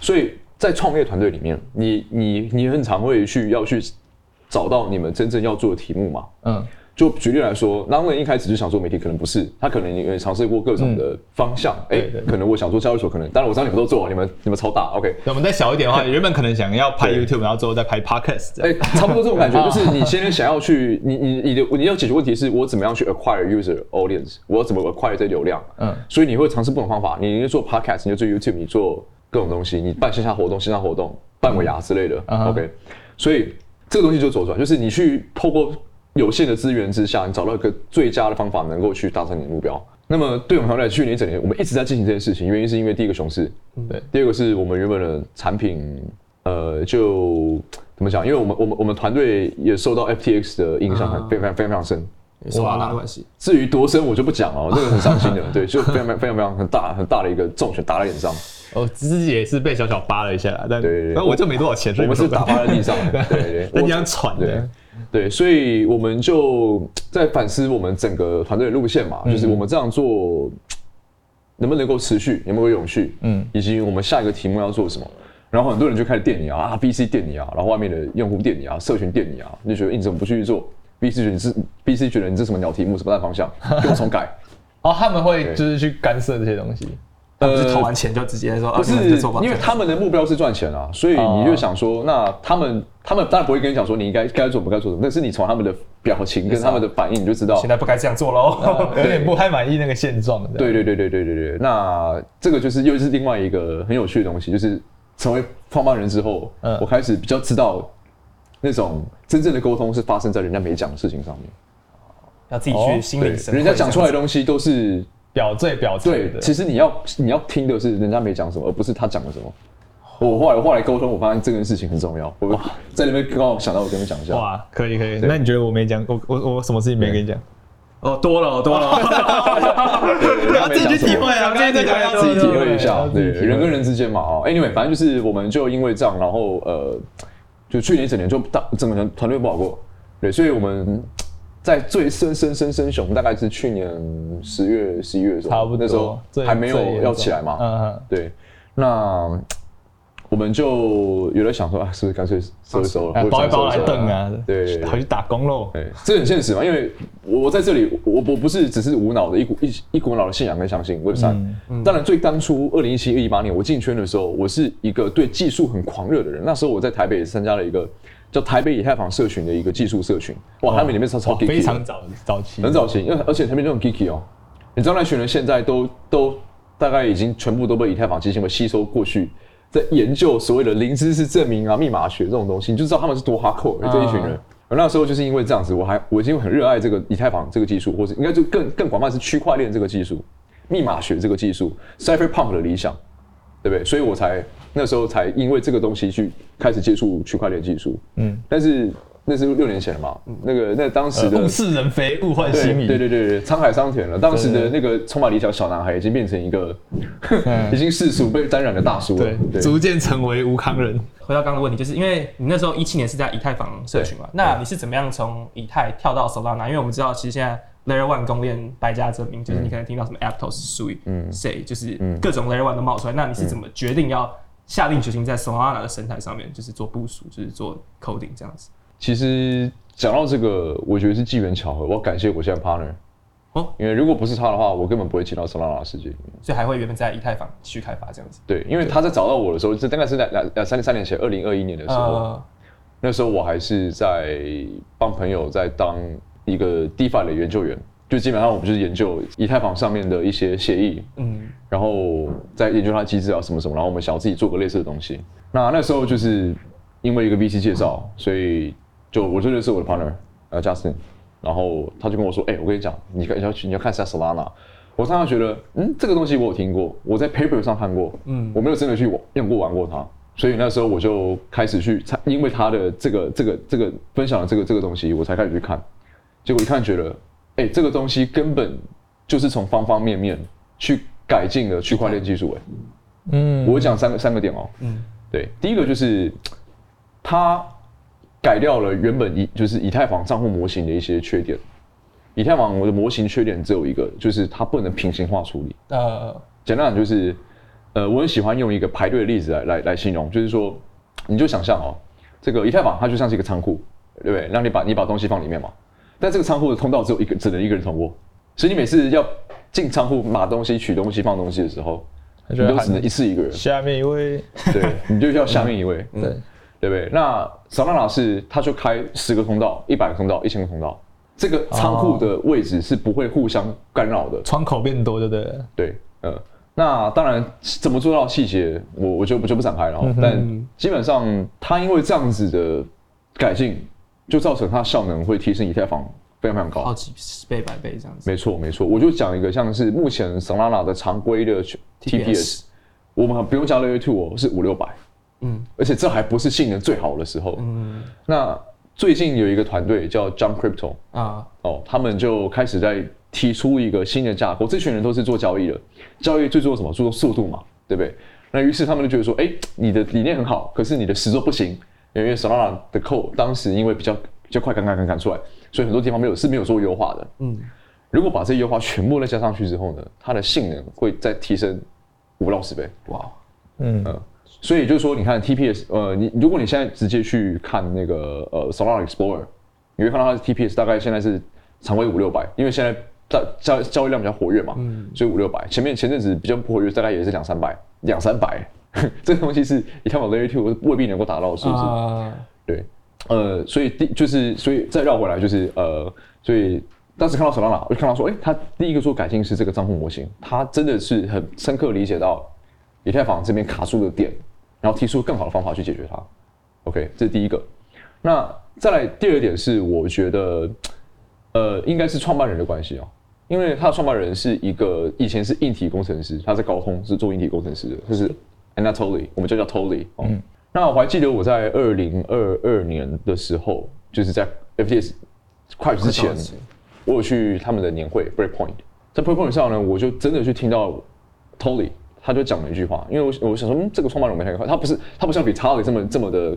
C: 所以在创业团队里面，你你你很常会去要去找到你们真正要做的题目嘛。
A: 嗯，
C: 就举例来说，当人一开始就想做媒体，可能不是，他可能也尝试过各种的方向。哎、
A: 对对
C: 可能我想做交易所，可能当然我知道你们都做，你们你们超大，OK。啊
A: 那我们再小一点的 话，原本可能想要拍
C: 对
A: YouTube，然后最后再拍 Podcast 这
C: 哎、
A: 样。
C: 差不多 这种感觉，就是你先想要去，你你你的你要解决问题是我怎么样去 acquire user audience，我要怎么 acquire 这流量，
A: 嗯
C: 嗯，所以你会尝试不同方法，你你做 podcast，你就做 YouTube，你做各种东西，你办线下活动、线上活动、办尾牙之类的、
A: 嗯哼
C: o k 所以这个东西就左转，就是你去透过有限的资源之下，你找到一个最佳的方法，能够去达成你的目标。那么对我们团队来说去年一整年，我们一直在进行这件事情，原因是因为第一个熊市，
A: 对，
C: 第二个是我们原本的产品，呃，就怎么讲？因为我们我们我们团队也受到 FTX 的影响
B: 啊
C: 很非常非常非常深。
B: 也受到那个关系，
C: 至于多深，我就不讲 了，这个很伤心的，对，就非常非常非常非常很大很大的一个重拳打在脸上，
A: 我哦自己也是被小小扒了一下啦，但
C: 对对对
A: 但我就没多少钱，所
C: 我
A: 以
C: 们
A: 没
C: 是
A: 办
C: 打
A: 法
C: 趴在地上 的，对对
A: 在
C: 对，
A: 地
C: 我
A: 上喘
C: 对
A: 的。
C: 对，所以我们就在反思我们整个团队的路线嘛，就是我们这样做能不能够持续，有没有永续，
A: 嗯
C: 嗯，以及我们下一个题目要做什么。然后很多人就开始电你啊啊，VC 电你啊，然后外面的用户电你啊，社群电你啊，你就觉得欸你怎么不继续做？VC 觉得你是 VC 觉得你这什么鸟题目，什么烂方向，给我重改。
A: 哦，他们会就是去干涉这些东 西。
B: 他不是投完钱就直接说，啊
C: 呃不是
B: 你们就做吧，
C: 因为他们的目标是赚钱啊，所以你就想说，那他们他们当然不会跟你讲说你应该该做不该做什么，但是你从他们的表情跟他们的反应你就知道
B: 啊现，在啊不该这样做 喽。
A: 有点不太满意那个现状。这样，
C: 对对对对对对对，那这个就是又是另外一个很有趣的东西，就是成为创办人之后，
A: 嗯
C: 我开始比较知道那种真正的沟通是发生在人家没讲的事情上面。
B: 要自己
A: 哦
B: 去心
C: 对
B: 领嗯神，会
C: 人
B: 这
C: 家
B: 样子。
C: 讲出来的东西都是
A: 表最表层
C: 对，
A: 的。
C: 其实你要你要听的是人家没讲什么，而不是他讲了什么。我后来我后来沟通，我发现这件事情很重要。我在那边刚好想到，我跟你讲一下。
A: 哇，可以可以。那你觉得我没讲，我我我什么事情没跟你讲？
B: 哦，多了哦多 了，
C: 人家没
A: 啊，
C: 讲什么
B: 自己体会
A: 刚才在讲
B: 自己
C: 体会啊一下，对
A: 对对
C: 人跟人之间嘛，哦，anyway，反正就是我们就因为这样，然后呃，就去年一整年就大整个人团队不好过，对，所以我们在最深深深深熊，大概是去年十月十一月的时候，
A: 差不多
C: 那时候
A: 最
C: 还没
A: 最严
C: 有
A: 重
C: 要起来嘛，
A: 嗯嗯，
C: 对，那我们就有在想说，啊，是不是干脆收一收了，
A: 哎
C: 或者
A: 包一
C: 想收
A: 包来
C: 收
A: 瞪啊，
C: 对对
A: 回去
C: 对。
A: 打工喽。
C: 对，这个很现实嘛，因为我我在这里，我我不是只是无脑的一股一一股脑的信仰跟相信 Web 三、
A: 嗯
C: 当然，最当初二零一七、一八年我进圈的时候，我是一个对技术很狂热的人。那时候我在台北也参加了一个叫台北以太坊社群的一个技术社群，哇，他们里面超超 geeky 的
A: 哦非常早早期，
C: 很早期，因为而且他们那种 geeky 哦，你知道那群人现在都都大概已经全部都被以太坊基金会吸收过去，在研究所谓的零知识证明啊、密码学这种东西，你就知道他们是多 hardcore 的这一群人。而那时候就是因为这样子，我还我已经很热爱这个以太坊这个技术，或者应该就更更广泛是区块链这个技术、密码学这个技术、cypherpunk 的理想，对不对？所以我才那时候才因为这个东西去开始接触区块链技术。嗯，但是那是六年前了嘛，那个那当时
A: 呃
C: 的
A: 物是人非，物换
C: 对
A: 星移。
C: 对对对对，沧海桑田了。当时的那个充满理想小男孩已经变成一个，已经世俗被沾染的大叔了。
A: 对，逐渐成为无康人。
B: 回到刚刚的问题，就是因为你那时候一七年是在以太坊社群嘛，那你是怎么样从以太跳到 Solana？因为我们知道，其实现在 Layer One 公链百家争鸣，
C: 嗯
B: 就是你可能听到什么 Aptos、Sui，嗯，谁就是各种 Layer One 都冒出来，那你
C: 嗯
B: 是怎么决定要下定决心在 Solana 的生态上面就是做部署，就是做 coding 这样子？
C: 其实讲到这个，我觉得是机缘巧合，我要感谢我现在 partner。
B: 哦
C: 因为如果不是他的话，我根本不会进到 Solana 的世界里面。
B: 所以还会原本在以太坊继续开发这样子。
C: 对，因为他在找到我的时候，这大概是在两两三三年前，二零二一年的时候，
B: 呃，
C: 那时候我还是在帮朋友在当一个 DeFi 的研究员，就基本上我们就是研究以太坊上面的一些协议，
B: 嗯，
C: 然后再研究它的机制啊什么什么，然后我们想要自己做个类似的东西。那那时候就是因为一个 VC 介绍，所以就我就认识我的 partner 呃 Justin，然后他就跟我说，哎、我跟你讲，你你要去你要看一下 Solana。我常常觉得，嗯，这个东西我有听过，我在 paper 上看过，嗯，我没有真的去用过玩过它，所以那时候我就开始去参，因为他的这个这个这个分享的这个这个东西，我才开始去看，结果一看觉得，哎、这个东西根本就是从方方面面去改进了区块链技术、哎，
A: 嗯，
C: 我讲三个三个点哦、
B: 嗯
C: 嗯，对，第一个就是它改掉了原本以就是以太坊账户模型的一些缺点。以太坊我的模型缺点只有一个，就是它不能平行化处理。
B: 呃，
C: 简单讲就是，呃，我很喜欢用一个排队的例子来来来形容，就是说，你就想象哦，这个以太坊它就像是一个仓库，对不对？让你把你把东西放里面嘛，但这个仓库的通道只有一个，只能一个人通过，所以你每次要进仓库拿东西、取东西、放东西的时候，
A: 他
C: 你
A: 就会
C: 都只
A: 喊
C: 能一次一个人，
A: 下面一位，
C: 对，你就叫下面一位，
A: 对，
C: 对不对？那 Solana 是它就开十个通道、一百个通道、一千个通道，这个仓库的位置是不会互相干扰的，
A: 窗口变多就对了。
C: 对，呃，那当然怎么做到细节，我我就不就不展开了、哦。但基本上它因为这样子的改进，就造成它效能会提升以太坊非常非常高。
B: 好几十倍、百倍这样子。
C: 没错没错，我就讲一个像是目前 Solana 的常规的 TPS，我们不用加 Layer Two 哦，是五六百，
B: 嗯
C: 而且这还不是性能最好的时候。
B: 嗯
C: 那最近有一个团队叫 Jump Crypto，
B: 啊，
C: 哦，他们就开始在提出一个新的架构。这群人都是做交易的，交易最注重什么？注重速度嘛，对不对？那于是他们就觉得说，哎，你的理念很好，可是你的实作不行，因为 Solana 的 code 当时因为比较比较快赶赶赶赶出来，所以很多地方没有是没有做优化的。
B: 嗯，
C: 如果把这些优化全部再加上去之后呢，它的性能会再提升五到十倍。
B: 哇，
A: 嗯，
C: 所以就是说，你看 TPS，呃，你如果你现在直接去看那个呃 Solana Explorer，你会看到它的 TPS 大概现在是常规五六百，因为现在大交交易量比较活跃嘛，所以五六百。前面前阵子比较不活跃，大概也是两三百，两三百， 这个东西是以太坊 Layer Two 未必能够达到的数字。
B: 啊，
C: 对，呃，所以第就是，所以再绕回来就是，呃，所以当时看到手拉拉，我就看到说，哎、他第一个做改进是这个账户模型，他真的是很深刻理解到以太坊这边卡住的点，然后提出更好的方法去解决它。OK，这是第一个。那再来第二点是，我觉得，呃，应该是创办人的关系哦，因为他的创办人是一个以前是硬体工程师，他在高通是做硬体工程师的，就是 Anatoly，我们就叫 Toly、哦。那我还记得我在二零二二年的时候，就是在 FTS 快之前，我有去他们的年会 Breakpoint，在 Breakpoint 上呢，我就真的去听到 Toly，他就讲了一句话，因为我我想说，嗯，这个创办人我没太看，他不是他不像 Vitalik 这么这么的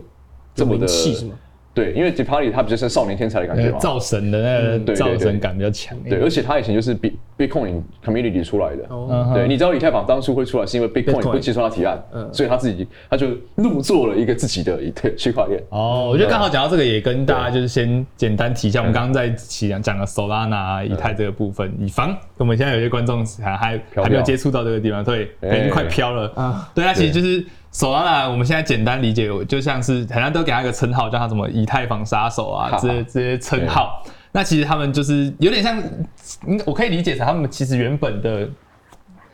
C: 这么的
B: 名气是吗？
C: 对，因为 Vitalik 他比较像少年天才的感
A: 那
C: 觉
A: 个
C: 嘛，
A: 造呃神的那
C: 对
A: 个
C: 嗯对
A: 造神感比较强一
C: 对，
A: 点。
C: 而且他以前就是 B Bitcoin Community 出来的，
B: 哦，
A: 嗯哼
C: 对，你知道以太坊当初会出来是因为 Bitcoin
A: Bitcoin
C: 会接受他提案，所以他自己他就怒做了一个自己的一个区块链。
A: 哦，我觉得刚好讲到这个，也跟大家就是先简单提一下，我们刚刚在讲讲了 Solana 啊、
C: 嗯
A: 以太这个部分，以防我们现在有些观众还还
C: 飘
A: 还没有接触到这个地方，对，
C: 哎
A: 已经快飘了
B: 啊。
A: 对，它其实就是 Solana，我们现在简单理解，就像是好像都给它一个称号，叫它什么以太坊杀手啊，
C: 哈哈
A: 这些这些称号。那其实他们就是有点像，嗯我可以理解成他们其实原本的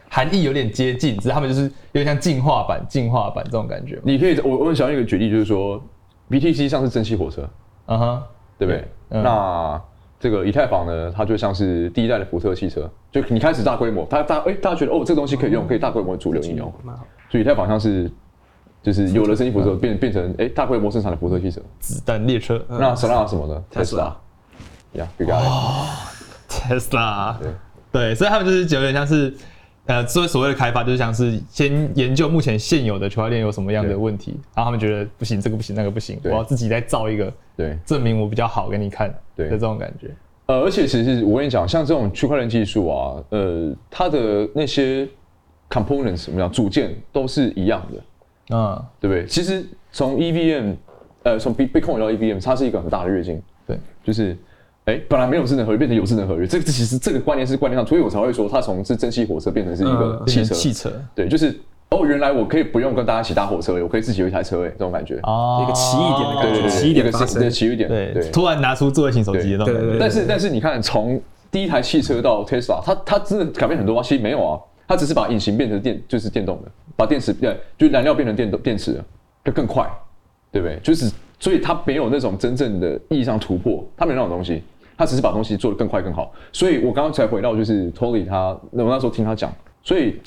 A: 含义有点接近，只是他们就是有点像进化版、进化版这种感觉嘛。
C: 你可以，我我很想用一个举例，就是说 BTC 像是蒸汽火车，
A: 嗯哼，
C: 对不对？
A: 嗯
C: 那这个以太坊呢，它就像是第一代的福特汽车，就你开始大规模，大大哎、大家觉得哦，这个东西可以用，可以大规模主流应用，
B: 蛮好，
C: 所以以太坊像是就是有了蒸汽火车，变变成哎、大规模生产的福特汽车。
A: 子弹列车。
C: 那 Solana 是什么呢
B: Tesla
C: 呀，You got it。
A: Tesla，
C: 对
A: 对，所以他们就是有点像是，呃，所所谓的开发，就是像是先研究目前现有的区块链有什么样的问题，然后他们觉得不行，这个不行，那个不行，我
C: 对
A: 要自己再造一个，
C: 对
A: 证明我比较好给你看
C: 对
A: 的这种感觉。
C: 呃，而且其实我跟你讲，像这种区块链技术啊，呃，它的那些 components 怎么讲，组件都是一样的，
A: 嗯，
C: 对不对？其实从 EVM，呃，从 B Bitcoin 到 EVM，它是一个很大的跃进，
A: 对，
C: 就是。哎，本来没有智能合约，变成有智能合约，这个这其实这个观念是观念上，所以我才会说它从是蒸汽火车变成是一个
B: 嗯
C: 汽
A: 变
C: 车，
A: 成汽车
C: 对，就是哦，原来我可以不用跟大家一起搭火车，我可以自己有一台车，哎，这种感觉，
A: 哦
B: 一个奇异点的
C: 对
B: 感
C: 对
B: 觉，
C: 对，
B: 奇异点发生
C: 对，。奇异点，
A: 对，突然拿出智慧型手机的那种感
B: 对对
A: 觉，
B: 对
C: 但是但是你看，从第一台汽车到 Tesla，它它真的改变很多啊。其实没有啊，它只是把引擎变成电，就是电动的，把电池对，就燃料变成电动电池了，就更快，对不对？就是所以它没有那种真正的意义上突破，它没有那种东西，它只是把东西做得更快更好。所以我刚刚才回到就是 Tony 他，那我那时候听他讲，所以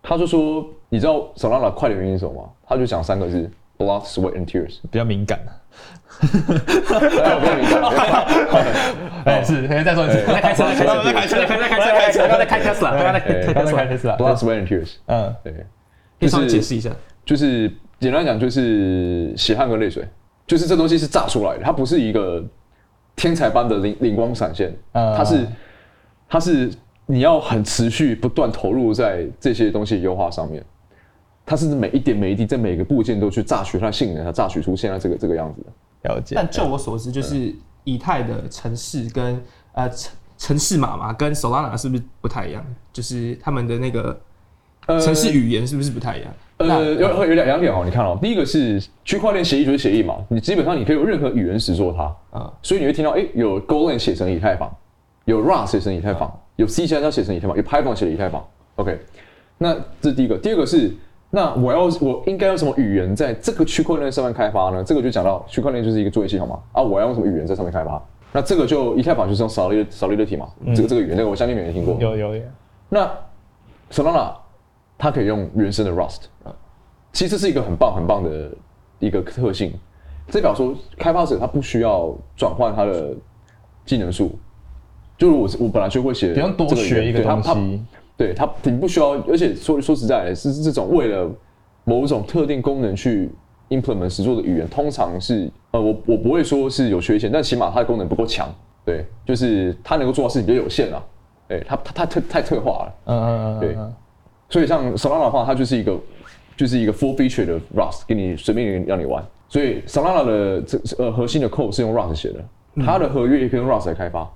C: 他就说，你知道 Solana 快的原因是什么吗？他就讲三个字。Blood, sweat and tears。
A: 比较敏感。啊
C: 哎我跟你讲，
A: 哎，是，再说一次，
B: 在开车，在开车，在开车，在开车，在开车，在开 Tesla，在
C: 哎
B: 开 Tesla，
C: Blood, sweat and tears。
A: 嗯，
C: 对，
B: 可以稍微解释一下。
C: 就是简单讲，就是血汗跟泪水，就是这东西是炸出来的，它不是一个天才般的灵灵光闪现，
A: 嗯
C: 它是它是你要很持续不断投入在这些东西优化上面，它是每一点每一滴在每个部件都去榨取它的性能，它榨取出现在这个这个样子的。
A: 了解。
B: 但就我所知，
C: 嗯
B: 就是以太的城市跟呃城城市码嘛，跟 Solana 是不是不太一样？就是他们的那个
C: 呃
B: 城市语言是不是不太一样？
C: 呃，
B: 那
C: 有有两两点哦，你看哦，第一个是区块链协议就是协议嘛，你基本上你可以用任何语言实做它，
B: 啊
C: 所以你会听到，哎、有 Golang 写成以太坊，有 Rust 写成以太坊，有 C 加加写成以太坊，有 Python 写的以太坊。OK，那这是第一个。第二个是，那我要我应该用什么语言在这个区块链上面开发呢？这个就讲到区块链就是一个作业系统嘛，啊，我要用什么语言在上面开发？那这个就以太坊就是用 Solid Solidity 嘛，这个这个语言，这个我相信没人听过。
A: 有有有，
C: 那 Solana 它可以用原生的 Rust，其实啊这是一个很棒很棒的一个特性。这表示说，开发者他不需要转换他的技能树，就是我是我本来就会写
A: 不
C: 这语言，
A: 用多学一个
C: 对他
A: 东
C: 他
A: 西。嗯
C: 对它，你不需要，而且说说实在的，是是这种为了某种特定功能去 implement 实做的语言，通常是呃，我我不会说是有缺陷，但起码它的功能不够强，对，就是它能够做到的事情比较有限了，哎，它它它特太特化了，
A: 嗯嗯嗯，
C: 对，所以像 Solana 的话，它就是一个就是一个 full feature 的 Rust，给你随便让你玩，所以 Solana 的这呃核心的 code 是用 Rust 写的，它的合约也可以用 Rust 来开发，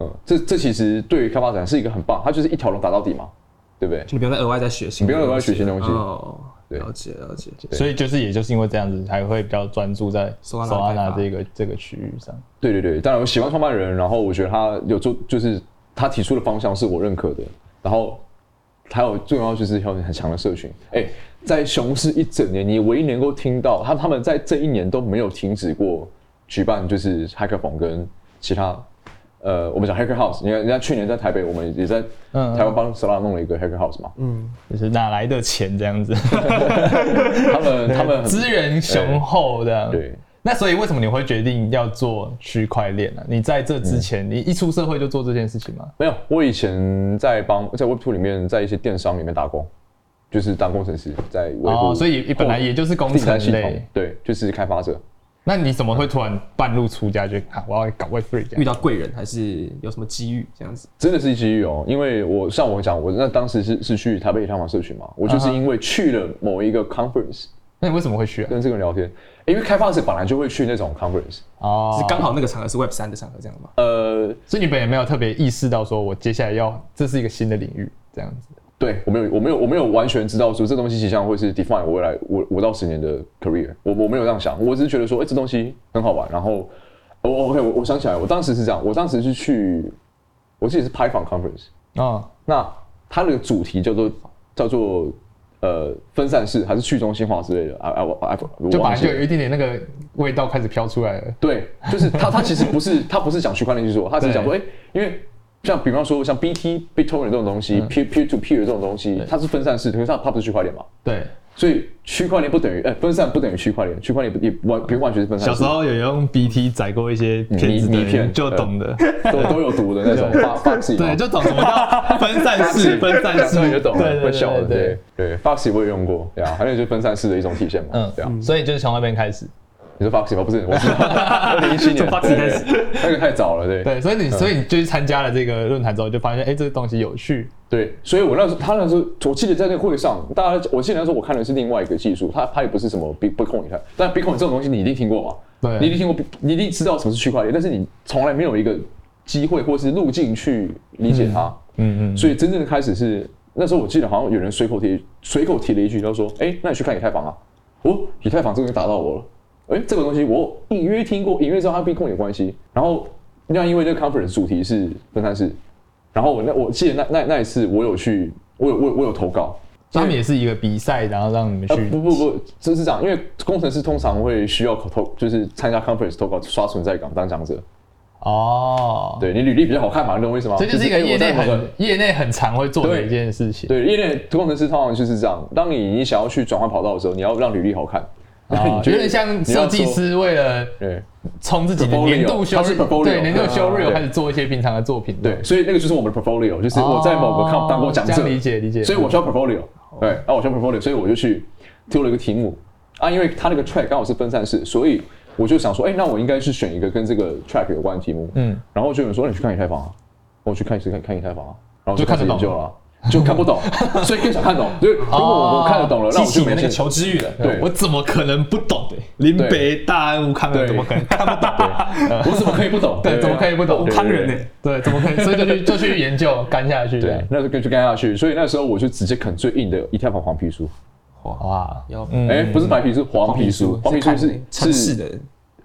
C: 嗯，这这其实对于开发者是一个很棒，它就是一条龙打到底嘛，对不对？
B: 你不用再额外再学新，
C: 你不用额外学新东西
B: 哦，
C: 对
B: 了解了解。
A: 所以就是也就是因为这样子，才会比较专注在
B: Solana 开
A: Solana
B: 发
A: 这个这个区域上。
C: 对对对，当然我喜欢创办人，然后我觉得他有做，就是他提出的方向是我认可的，然后还有最重要就是要有很强的社群。哎，在熊市一整年，你唯一能够听到他他们在这一年都没有停止过举办，就是骇客风跟其他呃，我们讲 Hacker House，你看人家去年在台北，我们也在
A: 嗯嗯
C: 台湾帮 Solana 弄了一个 Hacker House 嘛，
A: 就是哪来的钱这样子？
C: 他们他们很
A: 资源雄厚的。
C: 对。
A: 那所以为什么你会决定要做区块链呢？你在这之前，你一出社会就做这件事情吗？
C: 没有，我以前在帮在 Web Two 里面，在一些电商里面打工，就是当工程师，在维护、
A: 哦，所以本来也就是工
C: 订
A: 程
C: 单系统
A: 类。，
C: 对，就是开发者。
A: 那你怎么会突然半路出家就啊，我要搞 Web Three 这样？
B: 遇到贵人还是有什么机遇这样子？
C: 真的是机遇哦，因为我像我讲，我那当时是是去台北以太坊社群嘛，我就是因为去了某一个 conference
A: 那你为什么会去啊？
C: 跟这个人聊天，因为开发者本来就会去那种 conference，
A: 哦，
B: 是刚好那个场合是 Web 三的场合这样吗？
C: 呃，
A: 所以你本也没有特别意识到说我接下来要这是一个新的领域这样子。
C: 对我没有我没有我没有完全知道说这东西即将会是 define 我未来五五到十年的 career，我我没有这样想，我只是觉得说，哎、这东西很好玩，然后我我 OK，我我想起来，我当时是这样，我当时是去，我记得是 Python conference，
A: 哦，
C: 那它的主题叫做叫做呃分散式还是去中心化之类的啊啊我啊我
A: 就本
C: 忘
A: 来
C: 记
A: 就
C: 了
A: 有一点点那个味道开始飘出来了。
C: 对，就是它它其实不是它不是讲区块链技术，它只是讲说哎、诶因为像比方说像 BT BitTorrent 这种东
A: 嗯
C: 西、peer peer to peer 这种东西，它是分散式，可是它它不是区块链嘛，
A: 对，
C: 所以区块链不等于哎、分散不等于区块链，区块链也不也完不完全是分散式。
A: 小时候有用 BT 载过一些片子的
C: 嗯迷迷片嗯
A: 人就懂的，
C: 都都有毒的那种 Foxy
A: 对，就懂什么叫分散 式，分散
C: 那
A: 式
C: 就懂
A: 对
C: 了，
A: 对
C: 会笑的。
A: 对对
C: 啊对对，Foxy 我也用过，对啊，还有就是分散式的一种体现嘛，
A: 嗯
C: 对啊。
A: 所以就是从那边开始。
C: 你说 Foxy 吗？不是，我是二零一七年
B: 从 Foxy 开始，
C: 对对对那个太早了，对
A: 对，所以你所以你就是参加了这个论坛之后，就发现哎、这个东西有趣，
C: 对，所以我那时候他那时候，我记得在那个会上，大家我记得那时候我看的是另外一个技术，它它也不是什么 Bit Bitcoin，你看，但 Bitcoin 这种东西你一定听过嘛，
A: 对
C: 你一定听过，你一定知道什么是区块链，但是你从来没有一个机会或是路径去理解它，
A: 嗯嗯，
C: 所以真正的开始是那时候，我记得好像有人随口提随口提了一句，他说：“哎、那你去看以太坊啊！”哦，以太坊这个东西打到我了。哎、这个东西我隐约听过，隐约知道它跟 Bitcoin 有关系。然后那因为这个 conference 主题是分散式，然后我那我记得那那那一次我有去，我有我有我有投稿。
A: 所以他们也是一个比赛，然后让你们
C: 呃
A: 去，
C: 不不不，这是这样，因为工程师通常会需要投，就是参加 conference 投稿刷存在感当讲者。
A: 哦，
C: 对你履历比较好看嘛，你懂我意思吗？
A: 这就是一个
C: 哎我
A: 业内
C: 在某
A: 很业内很常会做的
C: 对
A: 一件事情。
C: 对，因为工程师通常就是这样，当你你想要去转换跑道的时候，你要让履历好看，那
A: 啊
C: 你
A: 有
C: 就
A: 点像设计，师为了
C: 你要说
A: 冲自己的
C: Portfolio，
A: 年度修
C: 它是 portfolio
A: 对年度修
C: 对
A: real
C: 对
A: 开始做一些平常的作品。
C: 对对，所以那个就是我们的 portfolio，就是
A: 哦，
C: 我在某个 comp 当过讲
A: 这
C: 者，
A: 样理解理解。
C: 所以我需要 portfolio，对，然后我需要 portfolio，所以我就去丢了一个题目啊，因为他那个 track 刚好是分散式，所以我就想说，哎、那我应该是选一个跟这个 track 有关的题目，
A: 嗯，
C: 然后就有人说，你去看以太坊啊，我去看一次看看以太坊啊，然后
A: 就看得
C: 开始研
A: 懂
C: 究了啊。就 看不懂，所以更想看懂。就是如果
A: 哦
C: 我看得懂了，
B: 激
C: 那我就
B: 起你
C: 没
B: 的那个
C: 兴趣
B: 求知欲了。
C: 对
A: 我怎么可能不懂？林
C: 对
A: 北大安吴康人
C: 对
A: 怎么可能看不懂？
C: 我怎么可以不懂？
A: 对，怎么可以不懂？
B: 武康人呢？
A: 对，怎么可以？所以就去就去研究干下去。
C: 对，那就跟就干下去。所以那时候我就直接啃最硬的以太坊黄皮书，
A: 哇，
B: 要
A: 嗯
C: 哎、不是白皮书，黄皮书，黄皮书是
B: 城市，的，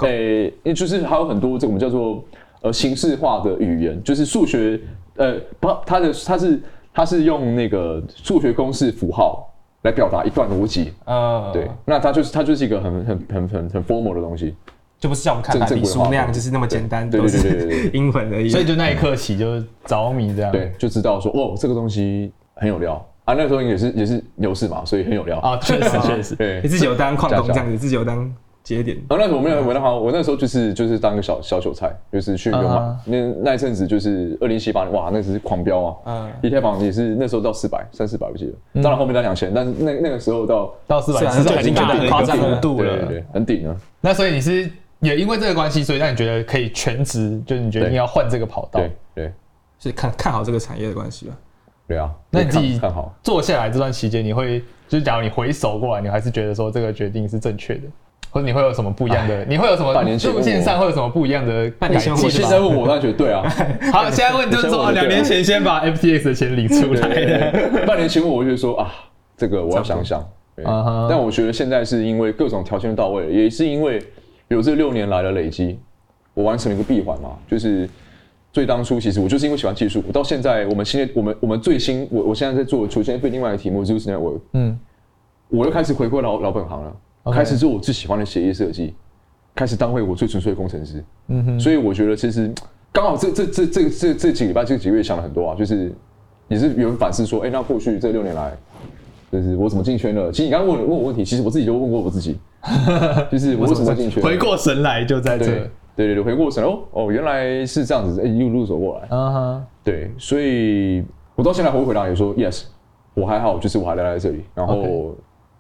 C: 诶、因为就是还有很多这个我们叫做呃形式化的语言，就是数学，呃，不，它的它是它是用那个数学公式符号来表达一段逻辑，
B: 呃，
C: 对，，那它就是它就是一个很很很很很 formal 的东西，
B: 就不是像我们看
C: 正
B: 白皮
C: 正规
B: 书
C: 化
B: 那样，
C: 的
B: 就是那么简单，
C: 对
B: 都
C: 对对对
B: 是英文而已。
A: 所以就那一刻起就着迷这样。
C: 对，就知道说哦，这个东西很有料啊，那时候也是也是牛市嘛，所以很有料
A: 啊，确实确实。
C: 对
B: 你，自己有当矿
C: 这样
B: 工这样子，自己有当节点，
C: 然后那时候我没有我那好，我那时候就是就是当个小小韭菜，就是去流氓。
A: 啊
C: 那那一阵子就是二零七八年，哇，那只是狂飙啊！
B: 嗯，
C: 以太坊也是那时候到四百三四百，我记得，当然后面到两千，但是那那个时候到
A: 到四百
B: 虽然
A: 次嗯
B: 是
A: 就已经
B: 很
A: 达
B: 大
A: 到
B: 的
A: 一
B: 夸
A: 个
B: 张
A: 幅
B: 了
A: 度
C: 对
A: 了。
C: 对对，很顶啊！
A: 那所以你是也因为这个关系，所以让你觉得可以全职，就是你决定
C: 对
A: 要换这个跑道。
C: 对对
B: 是看看好这个产业的关系吧。
C: 对啊！
A: 那你自己
C: 看看好，
A: 坐下来这段期间，你会就是假如你回首过来，你还是觉得说这个决定是正确的，或者你会有什么不一样的？你会有什么
C: 半年前
A: 路线上会有什么不一样的改
B: 半年前
A: 进
B: 我
C: 你
B: 是
C: 现
B: 吧
C: 在
A: 吗？
C: 问我，当然觉得对啊。
A: 好，现在问就是
C: 先问
A: 说，哦
C: 我就对了
A: 两年前先把 FTX 的钱领出
C: 对对
A: 来。
C: 对 对半年前我就说啊，这个我要想想。对
A: 嗯哼
C: 但我觉得现在是因为各种条件到位了，也是因为有这六年来的累积，我完成了一个闭环嘛，就是最当初其实我就是因为喜欢技术，我到现在我们现在我们我们最新我我现在在做求现费另外一个题目就是 network，
A: 嗯，
C: 我又开始回归老老本行了
A: OK
C: 开始做我最喜欢的协议设计，开始当回我最纯粹的工程师。嗯哼，所以我觉得其实刚好这这这这这这几个礼拜这几个月想了很多啊，就是也是有人反思说，哎、那过去这六年来，就是我怎么进圈了？其实你刚刚问问我问题，其实我自己就问过 我自己，就是我怎么进圈？
A: 回过神来就在
C: 对
A: 这
C: 对。对对，回过神来哦哦，原来是这样子，哎、一路走过来。
A: 嗯哼，
C: 对，所以我到现在回回答也说 yes，我还好，就是我还待在这里，然后
A: OK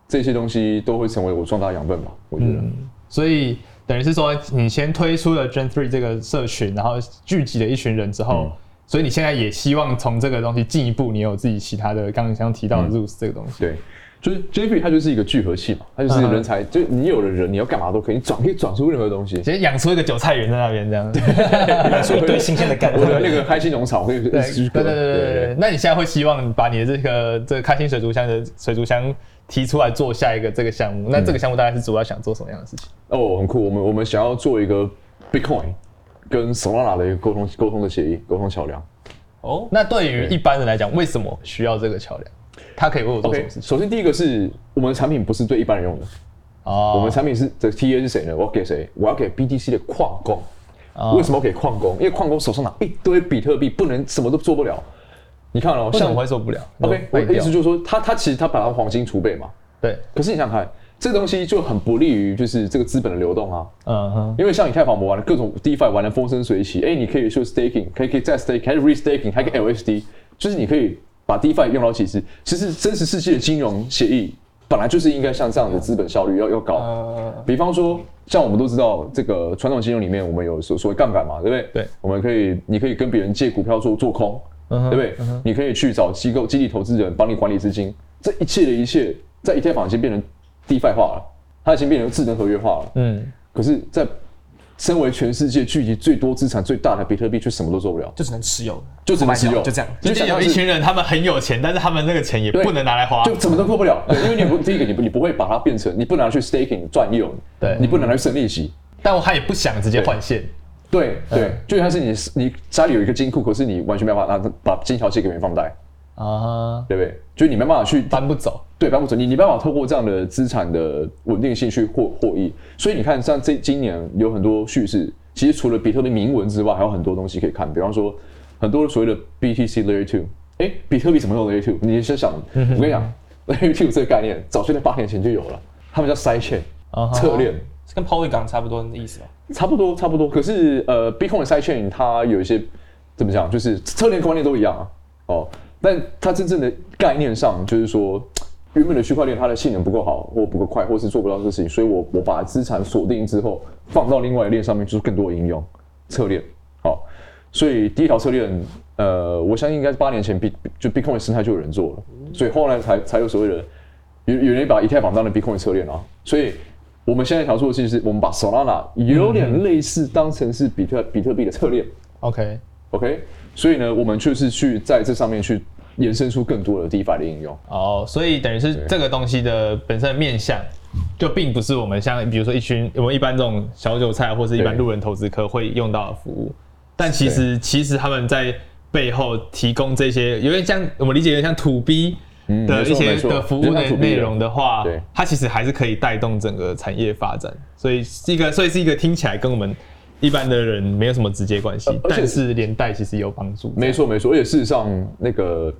C: 这些东西都会成为我壮大养分吧，我觉
A: 嗯
C: 得。
A: 所以等于是说，你先推出了 Gen Three 这个社群，然后聚集了一群人之后，
C: 嗯
A: 所以你现在也希望从这个东西进一步，你有自己其他的刚刚像提到的
C: 嗯
A: Rules 这个东西。
C: 对，就是 JP 它就是一个聚合器嘛，它
A: 嗯
C: 就是人才，就你有了人，你要干嘛都可以，你转可以转出任何东西。
A: 其实养出一个韭菜园在那边这样，对
B: 所以一堆新鲜的干
C: 我的那个开心农场，我可以一
A: 对
C: 直去
A: 对对对对。那你现在会希望把你的这个这个开心水族箱的水族箱提出来做下一个这个项目？那这个项目大概是主要想做什么样的事情？
C: 哦，很酷，我们我们想要做一个 Bitcoin 跟 Solana 的一个沟通沟通的协议，沟通桥梁。
B: 哦，
A: 那对于一般人来讲，为什么需要这个桥梁？它可以为我做哦什
C: OK，
A: 么事情？
C: 首先第一个是我们的产品不是对一般人用的，
A: 哦
C: 我们产品是的 TA 是谁呢？我要给谁？我要给 BTC 的矿工。
A: 啊哦
C: 为什么要给矿工？因为矿工手上拿一堆比特币，不能什么都做不了。你看哦，
A: 为什么
C: 像
A: 会受不了
C: OK，我
A: 卖
C: 的意
A: 掉
C: 思就是说，他他其实他把它黄金储备嘛，
A: 对，
C: 可是你想想看，这东西就很不利于就是这个资本的流动啊。
A: 嗯哼，
C: 因为像以太坊我们玩的各种 DeFi 玩的风生水起，哎、你可以去 staking，可以可以再 staking，还是 restaking，还可以 LSD，就是你可以把 DeFi 用到极致。其实真实
A: 啊
C: 世界的金融协议本来就是应该像这样的资本效率要要高。
B: 呃，
C: 比方说，像我们都知道，这个传统金融里面我们有所所谓杠杆嘛，对不对？
A: 对，
C: 我们可以，你可以跟别人借股票做做空，
A: 嗯哼
C: 对不对？你可以去找机构、激励投资人帮你管理资金，这一切的一切，在以太坊已经变成 DeFi 化了，它已经变成智能合约化了。
A: 嗯，
C: 可是，在身为全世界聚集最多资产最大的比特币，却什么都做不了，
B: 就只能持有，
C: 就只能持有，
B: 就这样。
A: 今
C: 想
A: 天有
C: 象
A: 一
C: 是
A: 群人，他们很有钱，但是他们那个钱也
C: 对
A: 不能拿来花。
C: 就怎么都过不了，对因为你不第一个你不你不会把它变成，你不拿去 staking 赚用，
A: 对
C: 你不拿去生利息，
A: 但我他也不想直接换现。
C: 对
A: 嗯
C: 对，就像是你你家里有一个金库，可是你完全没办法拿把金条借给别人放贷，
A: 啊，
C: 对不对？就是你没办法去
A: 搬不走。
C: 对搬不走，你你没办法透过这样的资产的稳定性去获获益。所以你看，像这今年有很多叙事，其实除了比特币铭文之外，还有很多东西可以看，比方说很多所谓的 BTC Layer Two。哎，比特币怎么用 Layer Two？你先想，我跟你讲，Layer Two 这个概念早就在八年前就有了，他们叫 Side Chain
A: 啊哈
C: 侧链。
B: 是跟 Polygon 差不多的意思吧？
C: 差不多，差不多。可是呃，Bitcoin 的 sidechain 它有一些怎么讲，就是侧链观念都一样啊。哦，但它真正的概念上就是说，原本的区块链它的性能不够好，或不够快，或是做不到这个事情，所以我我把资产锁定之后，放到另外一链上面，就是更多的应用侧链。好、所以第一条侧链，呃，我相信应该是八年前 B 就 Bitcoin 的生态就有人做了，所以后来才才有所谓的有有人把以太坊当成 Bitcoin 的侧链啊，所以我们现在想做的事情是，我们把 Solana 有点类似当成是比特比特币的侧链
A: OK，
C: ，OK，所以呢，我们就是去在这上面去延伸出更多的 DeFi 的应用，
A: 哦，所以等于是
C: 对
A: 这个东西的本身的面向，就并不是我们像比如说一群我们一般这种小韭菜或是一般
C: 对
A: 路人投资客会用到的服务，但其实其实他们在背后提供这些有点像我们理解有点像土 B
C: 嗯
A: 的一些
C: 没错
A: 的服务
C: 没错就
A: 的
C: 像 to B
A: 内容的话
C: 对，
A: 它其实还是可以带动整个产业发展，所以是一个所以是一个听起来跟我们一般的人没有什么直接关系
C: 呃，而且
A: 但是连带其实有帮助。
C: 没错没错，而且事实上那个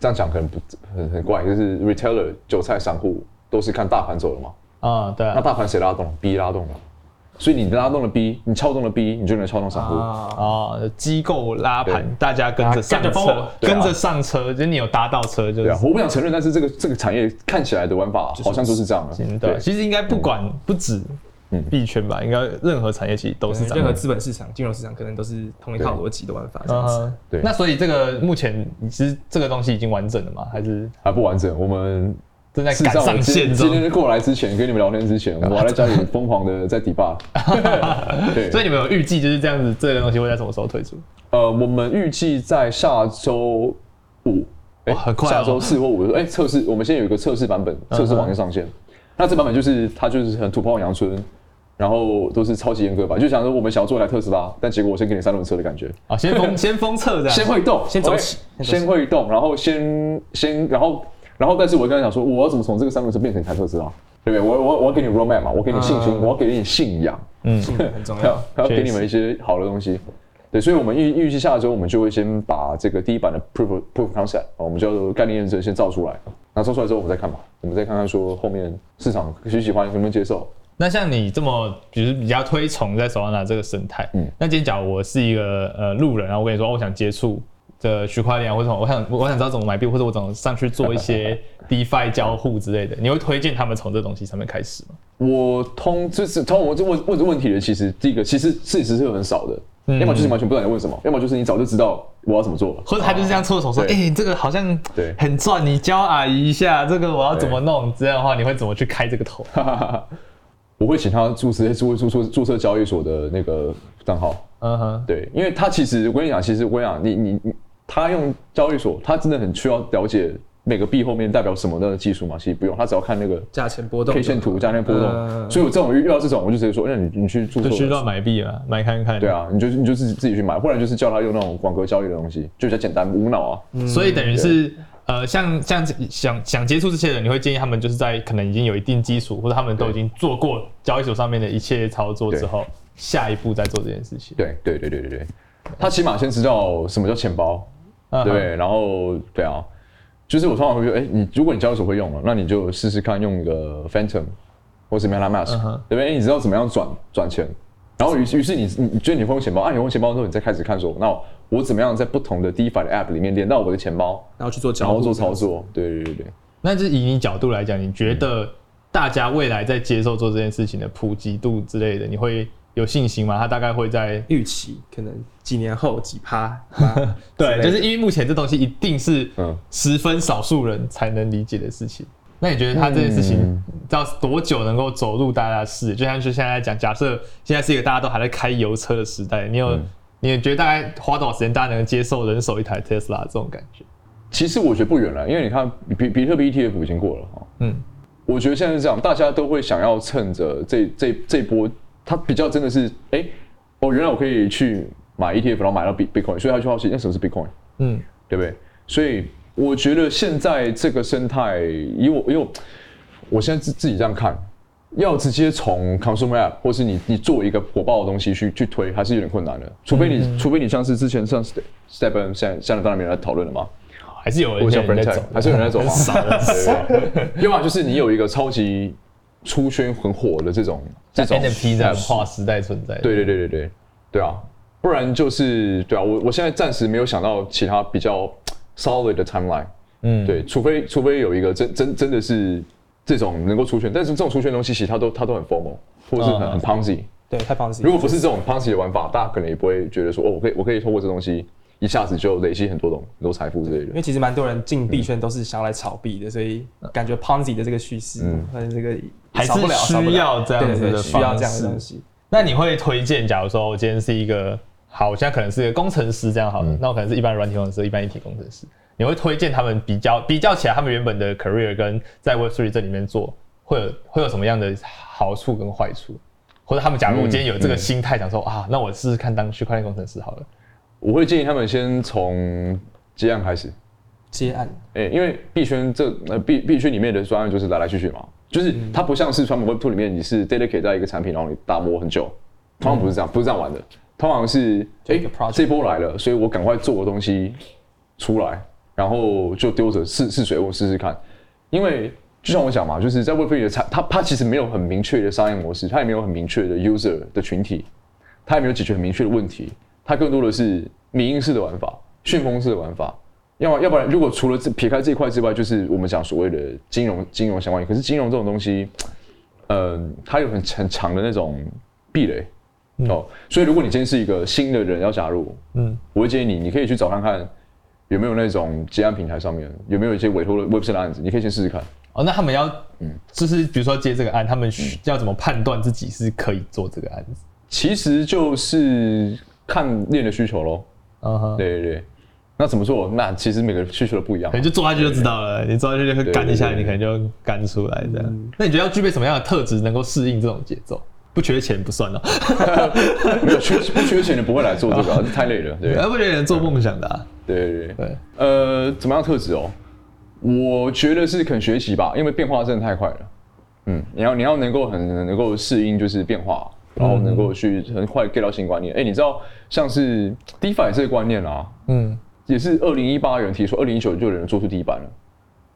C: 这样讲可能不很很怪，就是 retailer 韭菜散户都是看大盘走的嘛，
A: 啊，对
C: 那
A: 啊，
C: 大盘谁拉动？B 拉动了，所以你拉动了 B，你撬动了 B，你就能撬动散户。
B: 啊，
A: 哦，机构拉盘
C: 对，
A: 大家跟着上
B: 大家跟着风
A: 车
B: 了，
C: 对啊
A: 跟着上车，就是你有搭到车就
C: 对
A: 是
C: 啊，我不想承认，但是这个这个产业看起来的玩法好像就是这样
A: 行
C: 的。
A: 的。啊其实应该不管
C: 嗯
A: 不止币圈吧，应该任何产业其实都是这
B: 任何
A: 样。
B: 资本市场、金融市场可能都是同一套
C: 对
B: 逻辑的玩法这
A: 嗯
B: 样子。
A: 哼，
C: 对
A: 那所以这个目前你是这个东西已经完整了吗？还是
C: 还不完整，我们
A: 正在
C: 事实
A: 赶
C: 我
A: 上
C: 今
A: 线
C: 今
A: 中？
C: 天过来之前，跟你们聊天之前，我还 在家里疯狂的在 debug。对，
A: 所以你们有预计就是这样子，这个东西会在什么时候推出？
C: 呃，我们预计在下周五，哎
A: 哇很快哦
C: 下周四或五的时候，哎，测试，我们现在有一个测试版本，测试网页上
A: 嗯
C: 线。那这版本就是它就是很土炮阳春，然后都是超级严格版，就想说我们想要做一台特斯拉，但结果我先给你三轮车的感觉。
A: 啊，先 封先封测这样，
C: 先会动，
B: 啊先走起
C: 我会
B: 先走起
C: 先会动，然后先先，然后然后，但是我跟他讲说，我要怎么从这个三轮车变成一台特斯拉，对不对？我我我要给你 roadmap 嘛，我给你信心，
B: 嗯
C: 我要给你信仰，
B: 性能很重
C: 还要
B: 要。
C: 还要给你
A: 确
C: 们一些好的东西。对，所以我们预预计下周我们就会先把这个第一版的 proof of- proof of concept，哦我们叫做概念验证先造出来。那造出来之后，我们再看吧，我们再看看说后面市场喜不喜欢，能不能接受。
A: 那像你这么，比如比较推崇在手上拿这个生态，
C: 嗯
A: 那今天假如我是一个呃路人，然后我跟你说，哦我想接触这区块链啊，或者什么我想我想知道怎么买币，或者我怎么上去做一 些 DeFi 交互之类的，你会推荐他们从这东西上面开始吗？
C: 我通就是通我这问问这问题的，其实第一个其实事实是很少的，要么就是你完全不知道你在问什么，要么就是你早就知道我要怎么做了。
A: 或者他就是这样搓手说，哎、
C: 对
A: 这个好像
C: 对
A: 很赚，你教阿姨一下，这个我要怎么弄？这样的话，你会怎么去开这个 头？
C: 我会请他注册注注注注册交易所的那个账号，
A: 嗯哼，
C: 对，因为他其实我跟你讲，其实我跟你讲，你你你他用交易所，他真的很需要了解每个币后面代表什么的技术嘛？其实不用，他只要看那个
B: 价钱波动
C: K 线图加那个波动。
B: 嗯
C: 所以我这种遇遇到这种，我就直接说，那你你去注册
A: 就
C: 我
A: 去
C: 的
A: 乱买币嘛，买看看。
C: 对啊，你就你就自己自己去买，不然就是叫他用那种网格交易的东西，就比较简单无脑啊。
A: 所以等于是呃，像像想想接触这些人，你会建议他们就是在可能已经有一定基础，或者他们都已经做过交易所上面的一切操作之后，下一步再做这件事情。
C: 对对对对对对，他起码先知道什么叫钱包，
A: 对
C: 对不对？然后对啊，就是我通常会觉得，哎，你如果你交易所会用了，那你就试试看用一个 Phantom 或是 MetaMask，、
A: 嗯哼
C: 对不哎对？诶你知道怎么样转转钱，然后于于是你你你觉得你会用钱包，啊，你会用钱包之后，你再开始看说，那我我怎么样在不同的 DeFi 的 App 里面连到我的钱包，
B: 然后去做
C: 然
B: 交
C: 后
B: 互
C: 做操作？对对对对。
A: 那就是以你角度来讲，你觉得大家未来在接受做这件事情的普及度之类的，你会有信心吗？它大概会在
B: 预期可能几年后几趴，
A: 对，就
B: 之类的
A: 是因为目前这东西一定是
C: 嗯
A: 十分少数人才能理解的事情。那你觉得他这件事情
C: 嗯
A: 到多久能够走入大家的视野？就像是现在讲，假设现在是一个大家都还在开油车的时代，你有、
B: 嗯
A: 你觉得大概花多少时间大家能接受人手一台 Tesla 这种感觉？
C: 其实我觉得不远了，因为你看比比特币 ETF 已经过了哈、哦
A: 嗯
C: 我觉得现在是这样，大家都会想要趁着这这这波，它比较真的是，哎、哦，原来我可以去买 ETF，然后买到 Bit Bitcoin，所以他就好奇那什么是 Bitcoin，
A: 嗯
C: 对不对？所以我觉得现在这个生态，以我因为我我现在自自己这样看，要直接从 consumer app 或是你你做一个火爆的东西去去推，还是有点困难的。除非你、除非你像是之前像 Step Step N 现在现在当然没人在讨论了嘛，
A: 还是有人
C: 我
A: 现
C: 想
A: 在
C: friend
A: 在
C: tag
A: 走，
C: 还是有人在走
A: 很
C: 嘛，
A: 少很少。
C: 对 要么就是你有一个超级出圈很火的这种这
A: 像
C: 种
A: NFT 这样
C: app
A: 划时代存在。
C: 对对对对对，对啊，不然就是对啊，我我现在暂时没有想到其他比较 solid 的 timeline，
A: 嗯，
C: 对，除非除非有一个真真真的是这种能够出圈，但是这种出圈的东西其实它都它都很 formal，或者是很
A: 嗯
C: 很 Ponzi，
B: 对，太放肆。
C: 如果不是这种 Ponzi 的玩法，大家可能也不会觉得说哦，我可以我可以通过这东西一下子就累积很多种很多财富之类
B: 因
C: 的。
B: 为其实蛮多人进币圈都是想要来炒币的，所以感觉 Ponzi 的这个叙事，
C: 嗯
B: 还有这个
A: 还是
B: 少不了少不
A: 需
B: 了
A: 要这样
B: 对
A: 子
B: 对
A: 的
B: 对需要
A: 方
B: 这样的
A: 式
B: 东西。
A: 那你会推荐，假如说我今天是一个好，我现在可能是一个工程师这样好了，那我可能是一般软体工程师，一般硬体工程师，你会推荐他们比较比较起来，他们原本的 career 跟在 Web 3这里面做，会有会有什么样的好处跟坏处？或者他们假如我今天有这个心态，想说、啊，那我试试看当区块链工程师好了。
C: 我会建议他们先从接案开始，
B: 接案
C: 哎、因为币圈这呃币币圈里面的专案就是来来去去嘛，就是
B: 嗯
C: 它不像是传统 Web Two 里面你是 dedicate 在一个产品，然后你打磨很久，通常不是这样，不是这样玩的，通常是
B: 就
C: 哎、
B: 一个 project
C: 这波来了，所以我赶快做个东西出来，然后就丢着试试水温试试看，因为就像我讲嘛，就是在 Web Three 的产，它它其实没有很明确的商业模式，它也没有很明确的 user 的群体，它也没有解决很明确的问题，它更多的是民营式的玩法、旋风式的玩法。要么，要不然，如果除了这撇开这一块之外，就是我们讲所谓的金融、金融相关。可是金融这种东西，呃，它有很很长的那种壁垒、哦。所以，如果你今天是一个新的人要加入，
A: 嗯，
C: 我会建议你，你可以去找看看有没有那种结案平台上面有没有一些委托的 Web 3的案子，你可以先试试看。
A: 哦，那他们要，就是比如说接这个案，他们需要怎么判断自己是可以做这个案子？
C: 其实就是看练的需求咯。
A: 嗯哼，
C: 对对对，那怎么做？那其实每个需求都不一样
A: 可。能就做下去就知道了。你做下去就会干一下，
C: 对
A: 你
C: 对
A: 可能就干出来这样。那你觉得要具备什么样的特质能够适应这种节奏？不缺钱不算哦，
C: 没有缺 不缺钱的不会来做这 个啊，太累了。对
A: 要不然有人做梦想的啊。
C: 对对对。
A: 对，
C: 呃，怎么样特质哦？我觉得是肯学习吧，因为变化真的太快了。嗯，你要你要能够很能够适应就是变化，然后能够去很快 get 到新观念。哎、你知道像是 DeFi 这个观念啊，
A: 嗯，
C: 也是二零一八有人提出，二零一九就有人做出第一版了。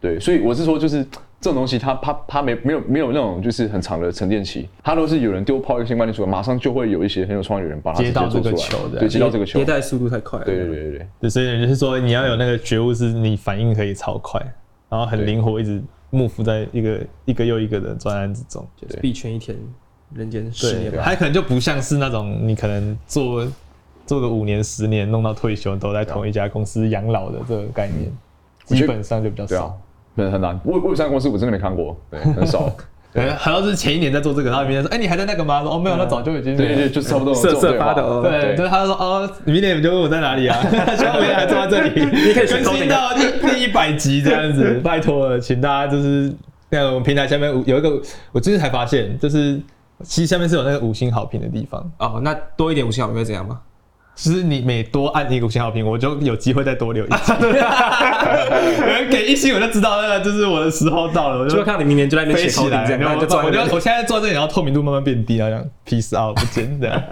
C: 对，所以我是说，就是这种东西它，它它没没有没有那种就是很长的沉淀期，它都是有人丢抛一个新观念出来，马上就会有一些很有创意的人把它
A: 接到
C: 直接
A: 这
C: 做
A: 个
C: 出来
A: 球的
C: 对，接到这个球，
B: 迭
C: 对
B: 代速度太快了。
C: 对对对对。
A: 对，所以就是说你要有那个觉悟，是你反应可以超快，然后很
C: 对
A: 灵活，一直幕伏在一个一个又一个的专案之中。
B: 就是
C: 对
B: 币圈一天，人间十
A: 对
B: 年，吧。
A: 它可能就不像是那种你可能做做个五年、十年，弄到退休都在同一家公司养老的这个概念，基
C: 嗯觉得
A: 本上就比较
C: 对啊
A: 少。，
C: 很很难。我我有三个公司我真的没看过，对，很少。
A: 可能好像是前一年在做这个，然后明天说：“哎、你还在那个吗？”说：“哦，没有，那 早就已经没有
C: 对对，就差不多这种
B: 瑟瑟
C: 对话
B: 发抖
A: 对，就是他就说哦，明年你们就问我在哪里 啊，希望明年还坐在这 里，你
B: 可以选
A: 更
B: 择
A: 新到第第一百集这样 子，拜托了，请大家就是那个我们平台下面五有一个，我最近才发现，就是其实下面是有那个五星好评的地方，
B: 哦，那多一点五星好评会怎样吗？
A: 就是你每多按一个五星好评，我就有机会再多留一 集，有人给一星我就知道那个就是我的时候到了，我
B: 就
A: 就
B: 会看到你明年就在那边
A: 飞
B: 写
A: 起
B: 头顶
A: 来，
B: 这样，
A: 然
B: 那
A: 后
B: 就赚
A: 我
B: 一
A: 就
B: 点
A: 我现在坐在这里，然后透明度慢慢变低，然后这样 peace out 不见这样，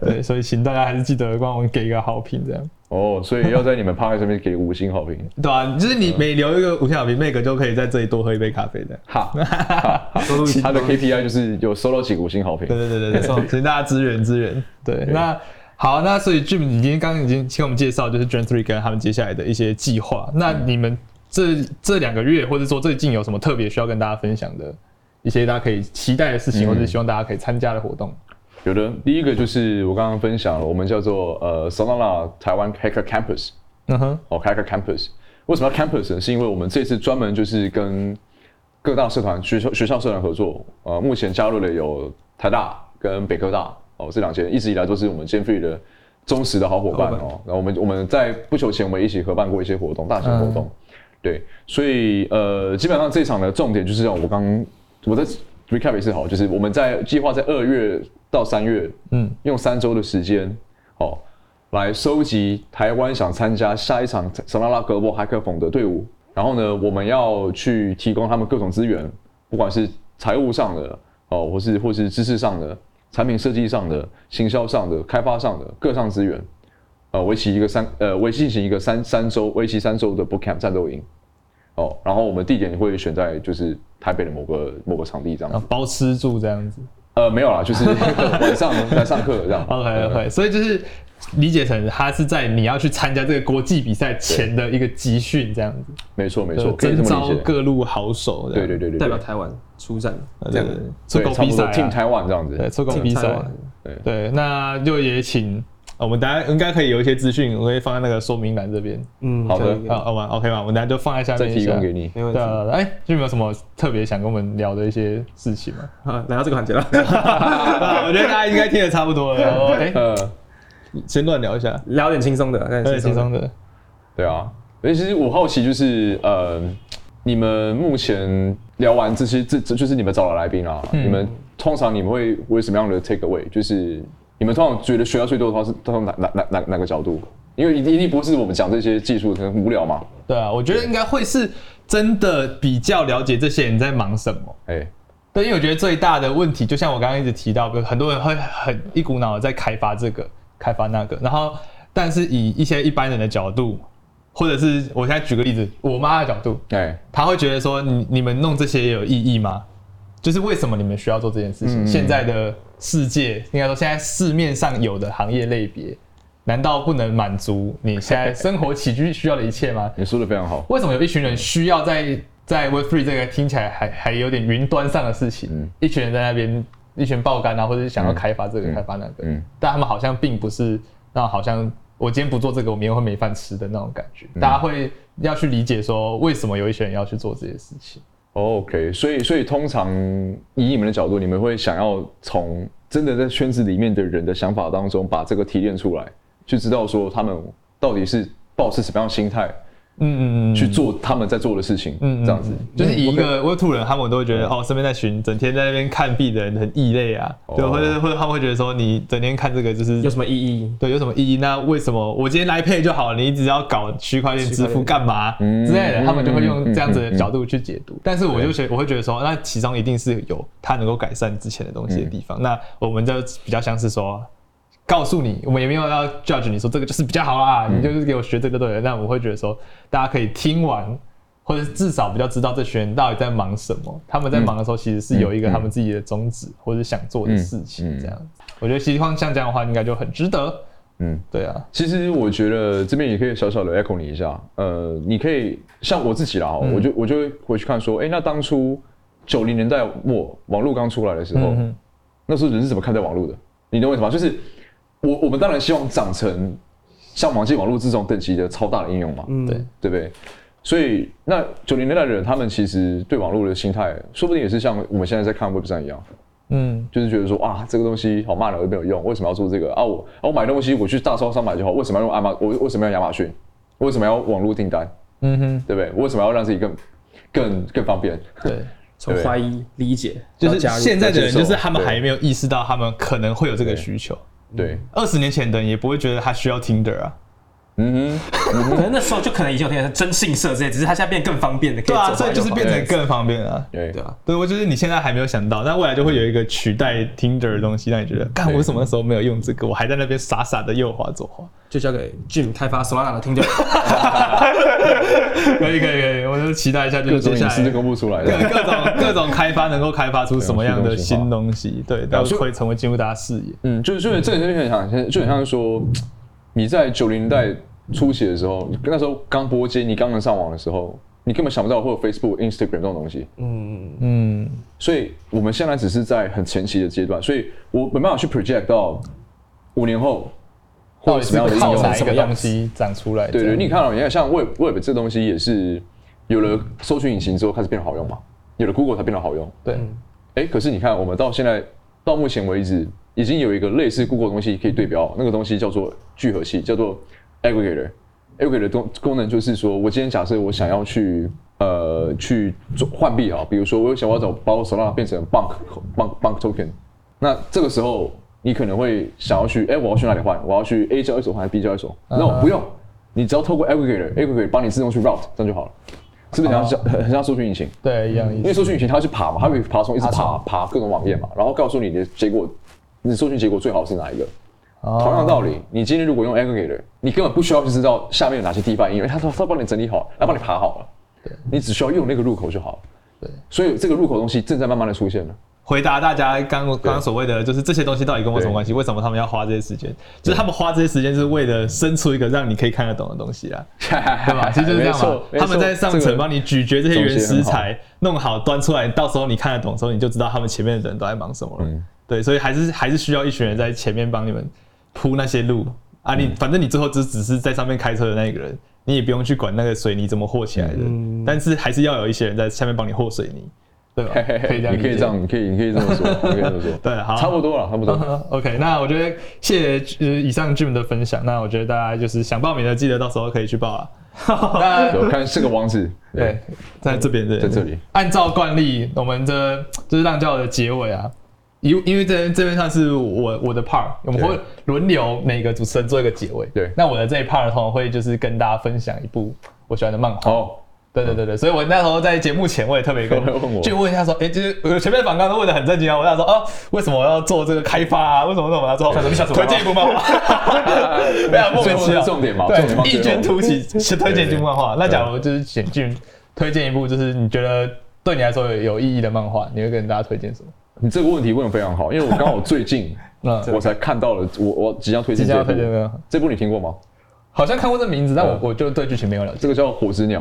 A: 对，所以请大家还是记得帮我们给一个好评这样。
C: 哦，所以要在你们 p o d 上面给五星好评。
A: 对啊，就是你每留一个五星好评，妹哥就可以在这里多喝一杯咖啡的。
C: 哈，哈 哈
B: 收入
C: 他的 KPI 就是有收到几个五星好评
A: 对。对对对对，请大家支援支援。对，那好，那所以 Jim 已经刚刚已经请我们介绍，就是 Gen Three 跟他们接下来的一些计划。那你们这这两个月，或者说最近有什么特别需要跟大家分享的一些大家可以期待的事情，或者是希望大家可以参加的活动？
C: 有的，第一个就是我刚刚分享了，我们叫做呃 Solana 台湾 Hacker Campus
A: 嗯哼，
C: 哦 Hacker Campus。为什么要 Campus 呢？是因为我们这次专门就是跟各大社团、学校学校社团合作。呃，目前加入了有台大跟北科大哦，这两间一直以来都是我们 j e f r e 的忠实的好伙伴
A: 伙伴
C: 哦。然后我们我们在不久前我们一起合办过一些活动，大型活动。对，所以呃，基本上这场的重点就是像我刚我在 recap 一次好了，就是我们在计划在二月到三月，
A: 嗯
C: 嗯，用三周的时间，哦，来收集台湾想参加下一场圣拉拉格波 Hackathon 的队伍。然后呢，我们要去提供他们各种资源，不管是财务上的哦，或是或是知识上的、产品设计上的、行销上的、开发上的各项资源。呃，为期一个三呃，为进行一个三三周，为期三周的 Bootcamp 战斗营。哦，然后我们地点会选在就是台北的某个某个场地这样子
A: 然后包吃住这样子。
C: 呃，没有啦，就是 晚上来上课这样。
A: OK OK，所以就是理解成它是在你要去参加这个国际比赛前的一个集训这样子，
C: 没错没
A: 就
C: 错，可以这
A: 征
C: 么
A: 召
C: 理解。
A: 各路好手这
C: 对
A: 样。
C: 对对对，
B: 代
C: 对
B: 表台湾出战这
A: 对
B: 样
A: 对
B: 子。
A: 出国
C: 对差
A: 比
C: 不
A: 赛
C: 多
A: 啊
C: Team 台湾这样
A: 对，
C: 子。
A: 出国比赛。啊对，那就也请呃我们大家应该可以有一些资讯，我会放在那个说明栏这边。
B: 嗯，
C: 好的
B: 可以
A: 好，好吗？OK 吗？我们大家就放在下
C: 再
A: 面一
C: 提
A: 下
C: 供给。你，
B: 没问题
A: 对。啊，哎，就没有什么特别想跟我们聊的一些事情吗？
B: 啊，来到这个环节了，
A: 啊我觉得大家应该听得差不多了。然后哎，
C: 呃，
A: 先乱聊一下，
B: 聊点轻松的，聊
A: 对，
B: 点
A: 轻
B: 轻松
A: 松
B: 的。
A: 的。
C: 对啊。而其实我好奇就是，呃，你们目前聊完这些，这这就是你们找的来宾啊，
A: 嗯
C: 你们通常你们会会有什么样的 take away？就是你们通常觉得学到最多的话是通常哪哪哪哪哪个角度？因为一定一定不是我们讲这些技术，可能无聊嘛。
A: 对啊，我觉得应该会是真的比较了解这些人在忙什么。
C: 哎，
A: 对，因为我觉得最大的问题，就像我刚刚一直提到，比如很多人会很一股脑的在开发这个、开发那个，然后但是以一些一般人的角度，或者是我现在举个例子，我妈的角度，
C: 哎，
A: 她会觉得说，你你们弄这些也有意义吗？就是为什么你们需要做这件事情？
C: 嗯
A: 现在的世界，应该说现在市面上有的行业类别，难道不能满足你现在生活起居需要的一切吗？
C: 你说的非常好。
A: 为什么有一群人需要在在 Web Three 这个听起来还还有点云端上的事情，
C: 嗯
A: 一群人在那边一群爆肝啊，或者是想要开发这个、
C: 嗯
A: 开发那个，
C: 嗯
A: 但他们好像并不是那好像我今天不做这个，我明天会没饭吃的那种感觉。大家会要去理解说，为什么有一群人要去做这些事情？
C: OK，所以所以通常以你们的角度，你们会想要从真的在圈子里面的人的想法当中把这个提炼出来，去知道说他们到底是抱持什么样的心态
A: 嗯嗯嗯。
C: 去做他们在做的事情，
A: 嗯，
C: 这样子
A: 就是以一个 Web Two 人，他们都会觉得哦，身边在群整天在那边看币的人很异类啊，对，
C: 哦
A: 或者或者他们会觉得说，你整天看这个就是
B: 有什么意义？
A: 对，有什么意义？那为什么我今天来配就好了？你一直要搞区块链支付干嘛
C: 嗯
A: 之类的？
C: 嗯
A: 他们就会用
C: 嗯
A: 这样子的
C: 嗯嗯
A: 角度去解读。但是我就觉我会觉得说，那其中一定是有它能够改善之前的东西的地方。那我们就比较像是说，告诉你，我们也没有要 judge 你说这个就是比较好啦，你就是给我学这个就对了。那我会觉得说，大家可以听完。或者至少比较知道这群人到底在忙什么，他们在忙的时候其实是有一个他们自己的宗旨、或者想做的事情，
C: 嗯嗯
A: 这样子。我觉得希望像这样的话，应该就很值得。
C: 嗯。
A: 对啊，
C: 其实我觉得这边也可以小小的 echo 你一下，呃，你可以像我自己啦，哦
A: 嗯
C: 我就我就会回去看说，哎、那当初九零年代末网络刚出来的时候，
A: 嗯哼
C: 那时候人是怎么看待网络的？你懂我意思吗？就是我我们当然希望长成像网际网络这种等级的超大的应用嘛，
B: 嗯，
A: 对，
C: 对不对？所以那九零年代的人，他们其实对网络的心态，说不定也是像我们现在在看 Web 站一样，
A: 嗯，
C: 就是觉得说啊，这个东西好骂人又没有用，为什么要做这个啊？我啊我买东西我去大超商买就好，为什么要用亚马？我为什么要亚马逊？为什么要网络订单？
A: 嗯哼，
C: 对不对？我为什么要让自己更更更方便？
A: 对，
B: 从怀疑、理解，
A: 就
B: 到
A: 是
B: 加入
A: 现在的人，就是他们
C: 对
A: 还没有意识到他们可能会有这个需求。
C: 对，
A: 二十年前的人也不会觉得他需要 Tinder 啊，
C: 嗯哼，
B: 可能那时候就可能已经有那个真信社之类，只是它现在变更方便的，可
A: 对啊，
B: 以
A: 所以就是变成
C: 对
A: 更方便啊。
C: 对
B: 对啊，
A: 对，我就是你现在还没有想到，但未来就会有一个取代 Tinder 的东西，让你觉得，干，我为什么那时候没有用这个？我还在那边傻傻的右滑左 滑。
B: 就交给 Jim 开发 Solana 的听 众。
A: 可以可以可以，我就期待一下，就
C: 各
A: 是
C: 种
A: 接下
C: 隐私就
A: 来。
C: 公布出来
A: 各
C: 了。
A: 各 种各种开发能够开发出什么样的新东西，对，然后
C: 所以
A: 会成为进入大家视野。
C: 嗯，就是就是这个就很像，就很像说你在九零代初期的时候，那时候刚播接，你刚能上网的时候，你根本想不到会有 Facebook、Instagram 这种东西。
B: 嗯，
C: 所以我们现在只是在很前期的阶段，所以我没办法去 project 到五年后
A: 到
C: 或者
A: 底
C: 什
A: 是
C: 么样的应
A: 靠
C: 用
A: 哪一
C: 什么
A: 个
C: 样
A: 东西长出来？这
C: 对对，
A: 样
C: 你看了、你看像 Web Web 这东西也是有了搜寻引擎之后开始变得好用嘛，有了 Google 才变得好用。
A: 对，
C: 哎，可是你看我们到现在到目前为止，已经有一个类似 Google 的东西可以对标，那个东西叫做聚合器，叫做 Aggregator。Aggregator 的功功能就是说，我今天假设我想要去呃去做换币啊，比如说我有想要找把我手上变成 Bank Bank Bank Token，那这个时候你可能会想要去，哎、我要去哪里换？我要去 A 交易所还是 B 交易所？那、我不用，你只要透过 Aggregator，Aggregator 帮你自动去 route，这样就好了。是不是很像、很很像搜寻引擎？
A: 对一样意
C: 因为
A: 思。
C: 搜寻引擎它会去爬嘛，它会爬虫一直爬爬各种网页嘛，然后告诉你的结果，你搜寻结果最好是哪一个。
A: 哦
C: 同样道理，你今天如果用 Aggregator，你根本不需要去知道下面有哪些 DeFi 因为它它它帮你整理好，它帮你爬好了。你只需要用那个入口就好了。
A: 对，
C: 所以这个入口东西正在慢慢的出现了。
A: 回答大家刚刚刚所谓的，就是这些东西到底跟我有什么关系？为什么他们要花这些时间？就是他们花这些时间是为了生出一个让你可以看得懂的东西 啊， 对吧？其实就是这样嘛
C: 没错。没
A: 他
C: 错
A: 们在上
C: 这
A: 层
C: 个
A: 帮你咀嚼这些原
C: 总结
A: 食
C: 很好
A: 材，弄好端出来，到时候你看得懂的时候，你就知道他们前面的人都在忙什么了。
C: 嗯
A: 对，所以还是还是需要一群人在前面帮你们铺那些
C: 嗯
A: 路啊你。反正你最后只只是在上面开车的那一个人，你也不用去管那个水泥怎么和起来的，
C: 嗯
A: 但是还是要有一些人在下面帮你和水泥，对吧？可以这样理解，
C: 你可以这样，你可以你可以这 么说，你可以这么说。
A: 对好
C: 差不多了，差不多。
A: OK，那我觉得谢谢呃以上 Jim 的分享。那我觉得大家就是想报名的，记得到时候可以去报啊。 那
C: 对我看是个网址，
A: 对，在这边的
C: 在这里。
A: 按照惯例，我们的就是浪教的结尾啊，因因为这这边算是我我的 part，我们
C: 对
A: 会轮流每个主持人做一个结尾。
C: 对
A: 那我的这一 part 的话会就是跟大家分享一部我喜欢的漫画。
C: 哦，
A: 对对对对，所以我那时候在节目前我也特别 跟
C: 问我
A: 去问一下说，哎、就是我前面的访刚都问的很正经啊，我想说哦，为什么我要做这个开发啊？为什么为什么要做？ 推荐一部漫画， 哦没有莫名其妙，
C: 这是重点嘛重
A: 对，
C: 点嘛最后
A: 异军突起是推荐一部漫画。那假如就是简俊推荐一部，就是你觉得对你来说有有意义的漫画，你会跟大家推荐什么？
C: 你这个问题问的非常好，因为我刚好 最近
A: 嗯
C: 我才看到了，我我即将推
A: 即
C: 荐
A: 将
C: 这
A: 要推荐
C: 部。
A: 的漫画，
C: 这部你听过吗？
A: 好像看过这名字，但我
C: 嗯
A: 我就对剧情没有了解。
C: 这个叫《火之鸟》，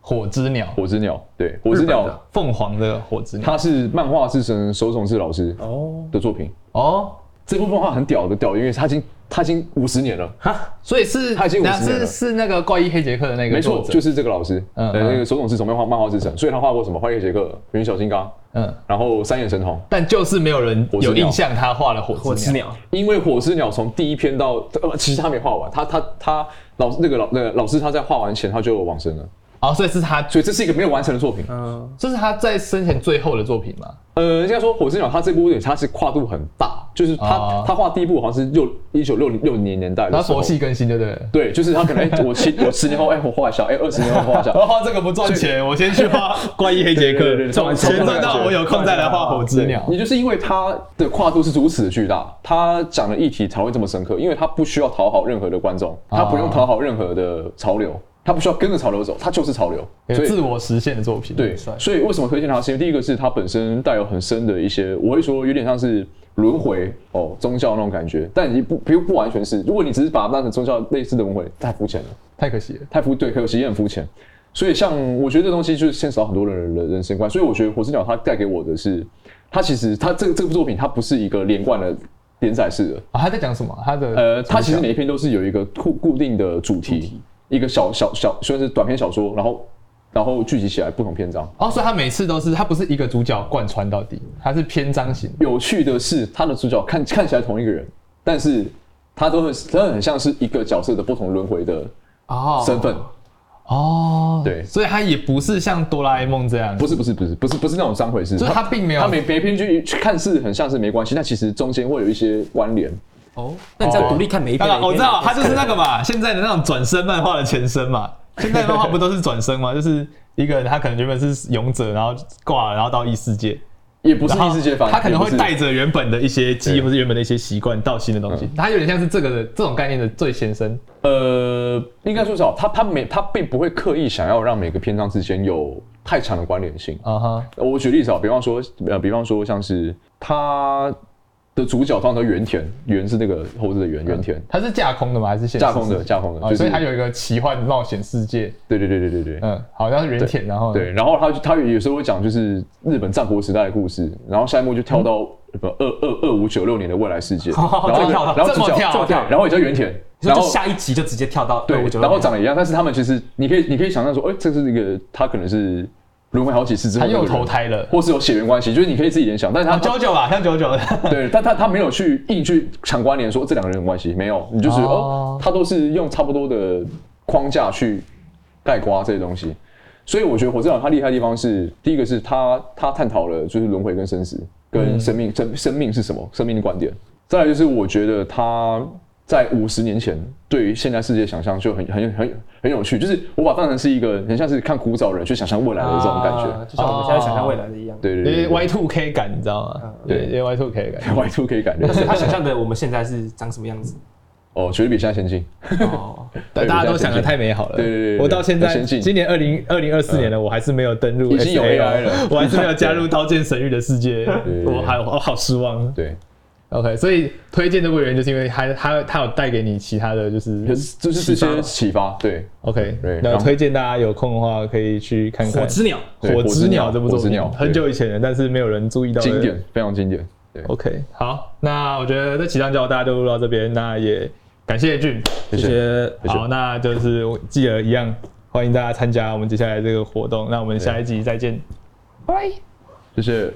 A: 火之鸟，
C: 火之鸟，对，火之
B: 日本
C: 鸟
B: 的，
A: 凤凰的火之鸟。
C: 它是漫画之神手冢治老师
B: 哦，
C: 的作品。
A: 哦，
C: 这部漫画很屌的屌，因为它已经它已经五十年了，
A: 哈，所以是
C: 他已经
A: 那
C: 50年
A: 是
C: 了
A: 是那个怪医黑杰克的那个
C: 没错
A: 作，者，
C: 就是这个老师，
A: 嗯
C: 呃，
A: 嗯
C: 那个手冢治虫漫画漫画之神，所以他画过什么《坏夜杰克》《原小金刚》，
A: 嗯，
C: 然后《三眼神童》。
A: 但就是没有人
C: 之
A: 有
C: 鸟
A: 印象他画了火
B: 火
A: 之
B: 之
A: 鸟。
B: 鸟，
C: 因为火之鸟从第一篇到，呃，其实他没画完，他他他老那个老那个老师他在画完前他就往生了，
A: 哦，所以是他，
C: 所以这是一个没有完成的作品。
B: 嗯，
A: 这是他在生前最后的作品嘛？
C: 呃，应该说《火之鸟》它这部电影它是跨度很大，就是它、
A: 啊
C: 它画第一部好像是六一九六六零年代的
A: 他
C: 时候
A: 佛系更新，对不对？
C: 对，就是他可能、哎，我七我十年后哎、我画一下，哎、二十年后 画一下
A: 我，要画哦这个不赚钱，我先去 画怪医黑杰
C: 对
A: 克
C: 对对，对
A: 赚
C: 赚
A: 钱赚
C: 赚
A: 到
C: 钱
A: 我有空再来画火之鸟
C: 对。也就是因为它的跨度是如此的巨大，它讲的议题才会这么深刻，因为它不需要讨好任何的观众，它
A: 啊
C: 不用讨好任何的潮流，它不需要跟着潮流走，它就是潮流，
A: 有
C: 所以
A: 自我实现的作品，
C: 对，所以为什么推荐它？是因为第一个是它本身带有很深的一些，我会说有点像是轮回哦，宗教那种感觉，但你不不不完全是。如果你只是把它当成宗教类似的轮回，太肤浅了，
A: 太可惜了。
C: 太肤对，可惜也很肤浅。所以像我觉得这东西就是牵扯到很多人的人人生观，所以我觉得《火之鸟》它带给我的是，它其实它这个这部作品它不是一个连贯的连载式的，
A: 啊，他在讲什么？他的
C: 呃，它其实每一篇都是有一个固固定的主题，一个小小小算是短篇小说，然后然后聚集起来不同篇章。
A: 哦，所以他每次都是他不是一个主角贯穿到底，他是篇章型的。
C: 有趣的是，他的主角看看起来同一个人，但是他都很，他很像是一个角色的不同轮回的
A: 哦
C: 身份。
A: 哦，
C: 对
A: 所以他也不是像哆啦 A 梦这样，
C: 不是不是不是不是不是那种章回式，
A: 就是他并没有
C: 他每每篇剧看似很像是没关系，但其实中间会有一些关联。
B: 哦，那你这样独立看每一 篇
A: 当
B: 每一
A: 然
B: 篇，
A: 我知道，它哦就是那个嘛，现在的那种转身漫画的前身嘛。现在的漫画不都是转身吗？就是一个人他可能原本是勇者，然后挂了，然后到异世界，
C: 也不是
A: 然后
C: 异世界番，
A: 他可能会带
C: 也
A: 着原本的一些记忆
C: 对嗯
A: 或者原本的一些习惯到新的东西。它有点像是这个的这种概念的最前身。
C: 不是呃，应该说少，他他每他并不会刻意想要让每个篇章之间有太强的关联性。
A: 啊哈，
C: 哦我举例子啊，比方说，呃，比方说像是他的主角通常都原田，原是那个猴子的原原田，
D: 它是架空的吗？还是现实
C: 架空的架空的，
A: 哦
D: 啊、
C: 就是
D: 所以它有一个奇幻冒险世界，
C: 对对对对对对，
D: 嗯，好像是原田，然后呢
C: 对，然后他就他有时候会讲就是日本战国时代的故事，然后下一幕就
D: 嗯
C: 跳到不二二二五九六年的未来世界，然后
B: 这么跳
C: 然后
D: 哦这
C: 主
D: 么
C: 角
D: 跳
B: 这么跳
C: 对然后也叫原田，
B: 所以
C: 然
B: 就
C: 后
B: 下一集就直接跳到
C: 对
B: 我觉，得
C: 然后长得一样，但是他们其实你可以你可以想象说，哎、这是一个他可能是轮回好几次之
D: 他
C: 后那个
D: 又
C: 人，
D: 投胎了。哦
C: 或是有血缘关系，就是你可以自己联想，但是他
A: 啊，九九啊，像九九的，
C: 对，但他他没有去硬去强关联说这两个人有关系，没有，你就是哦他都是用差不多的框架去概括这些东西。所以我觉得火之鸟它厉害的地方是，第一个是它它探讨了就是轮回跟生死跟生命生、生命是什么，生命的观点。再来就是我觉得它在五十年前对于现代世界想象就很很很很有趣，就是我把它当成是一个很像是看古早人去想象未来的这种感觉。
B: 啊就像我们现在想象未来的一样。
C: 对
A: 有
C: 对
A: 些
C: 对
A: Y two K 感，你知道吗？
C: 对
A: 有些，Y two K 感。
C: ，Y two 可以感觉
B: 但是他想象的我们现在是长什么样子？
C: 哦，绝对比现在先进。
B: 哦，
A: 但
C: 对
A: 大家都想的太美好了。
C: 对对对对
A: 我到现
C: 要
A: 在
C: 先进嗯
A: 今年二零二零二四年了，我还是没有登入 SAO，
C: 已经有 AI 了
A: 我还是没有加入刀剑神域的世界
C: 对，对
A: 我还我好失望。
C: 对，
D: OK，所以推荐这部原因就是因为它它它有带给你其他的就是
C: 就是就是这些启发，对
D: OK，
C: 对
A: 那
C: 然后
A: 推荐大家有空的话可以去看看
B: 火之鸟，
A: 《火之鸟》这部作
C: 火之
A: 品
C: 鸟，
A: 很久以前了，但是没有人注意到的
C: 经典，非常经典。对，
A: OK，好，那我觉得这几张教大家就录到这边，那也感谢俊，
C: 谢谢谢谢
A: 好，那就是我记得一样，欢迎大家参加我们接下来这个活动，那我们下一集再见。
C: 谢谢。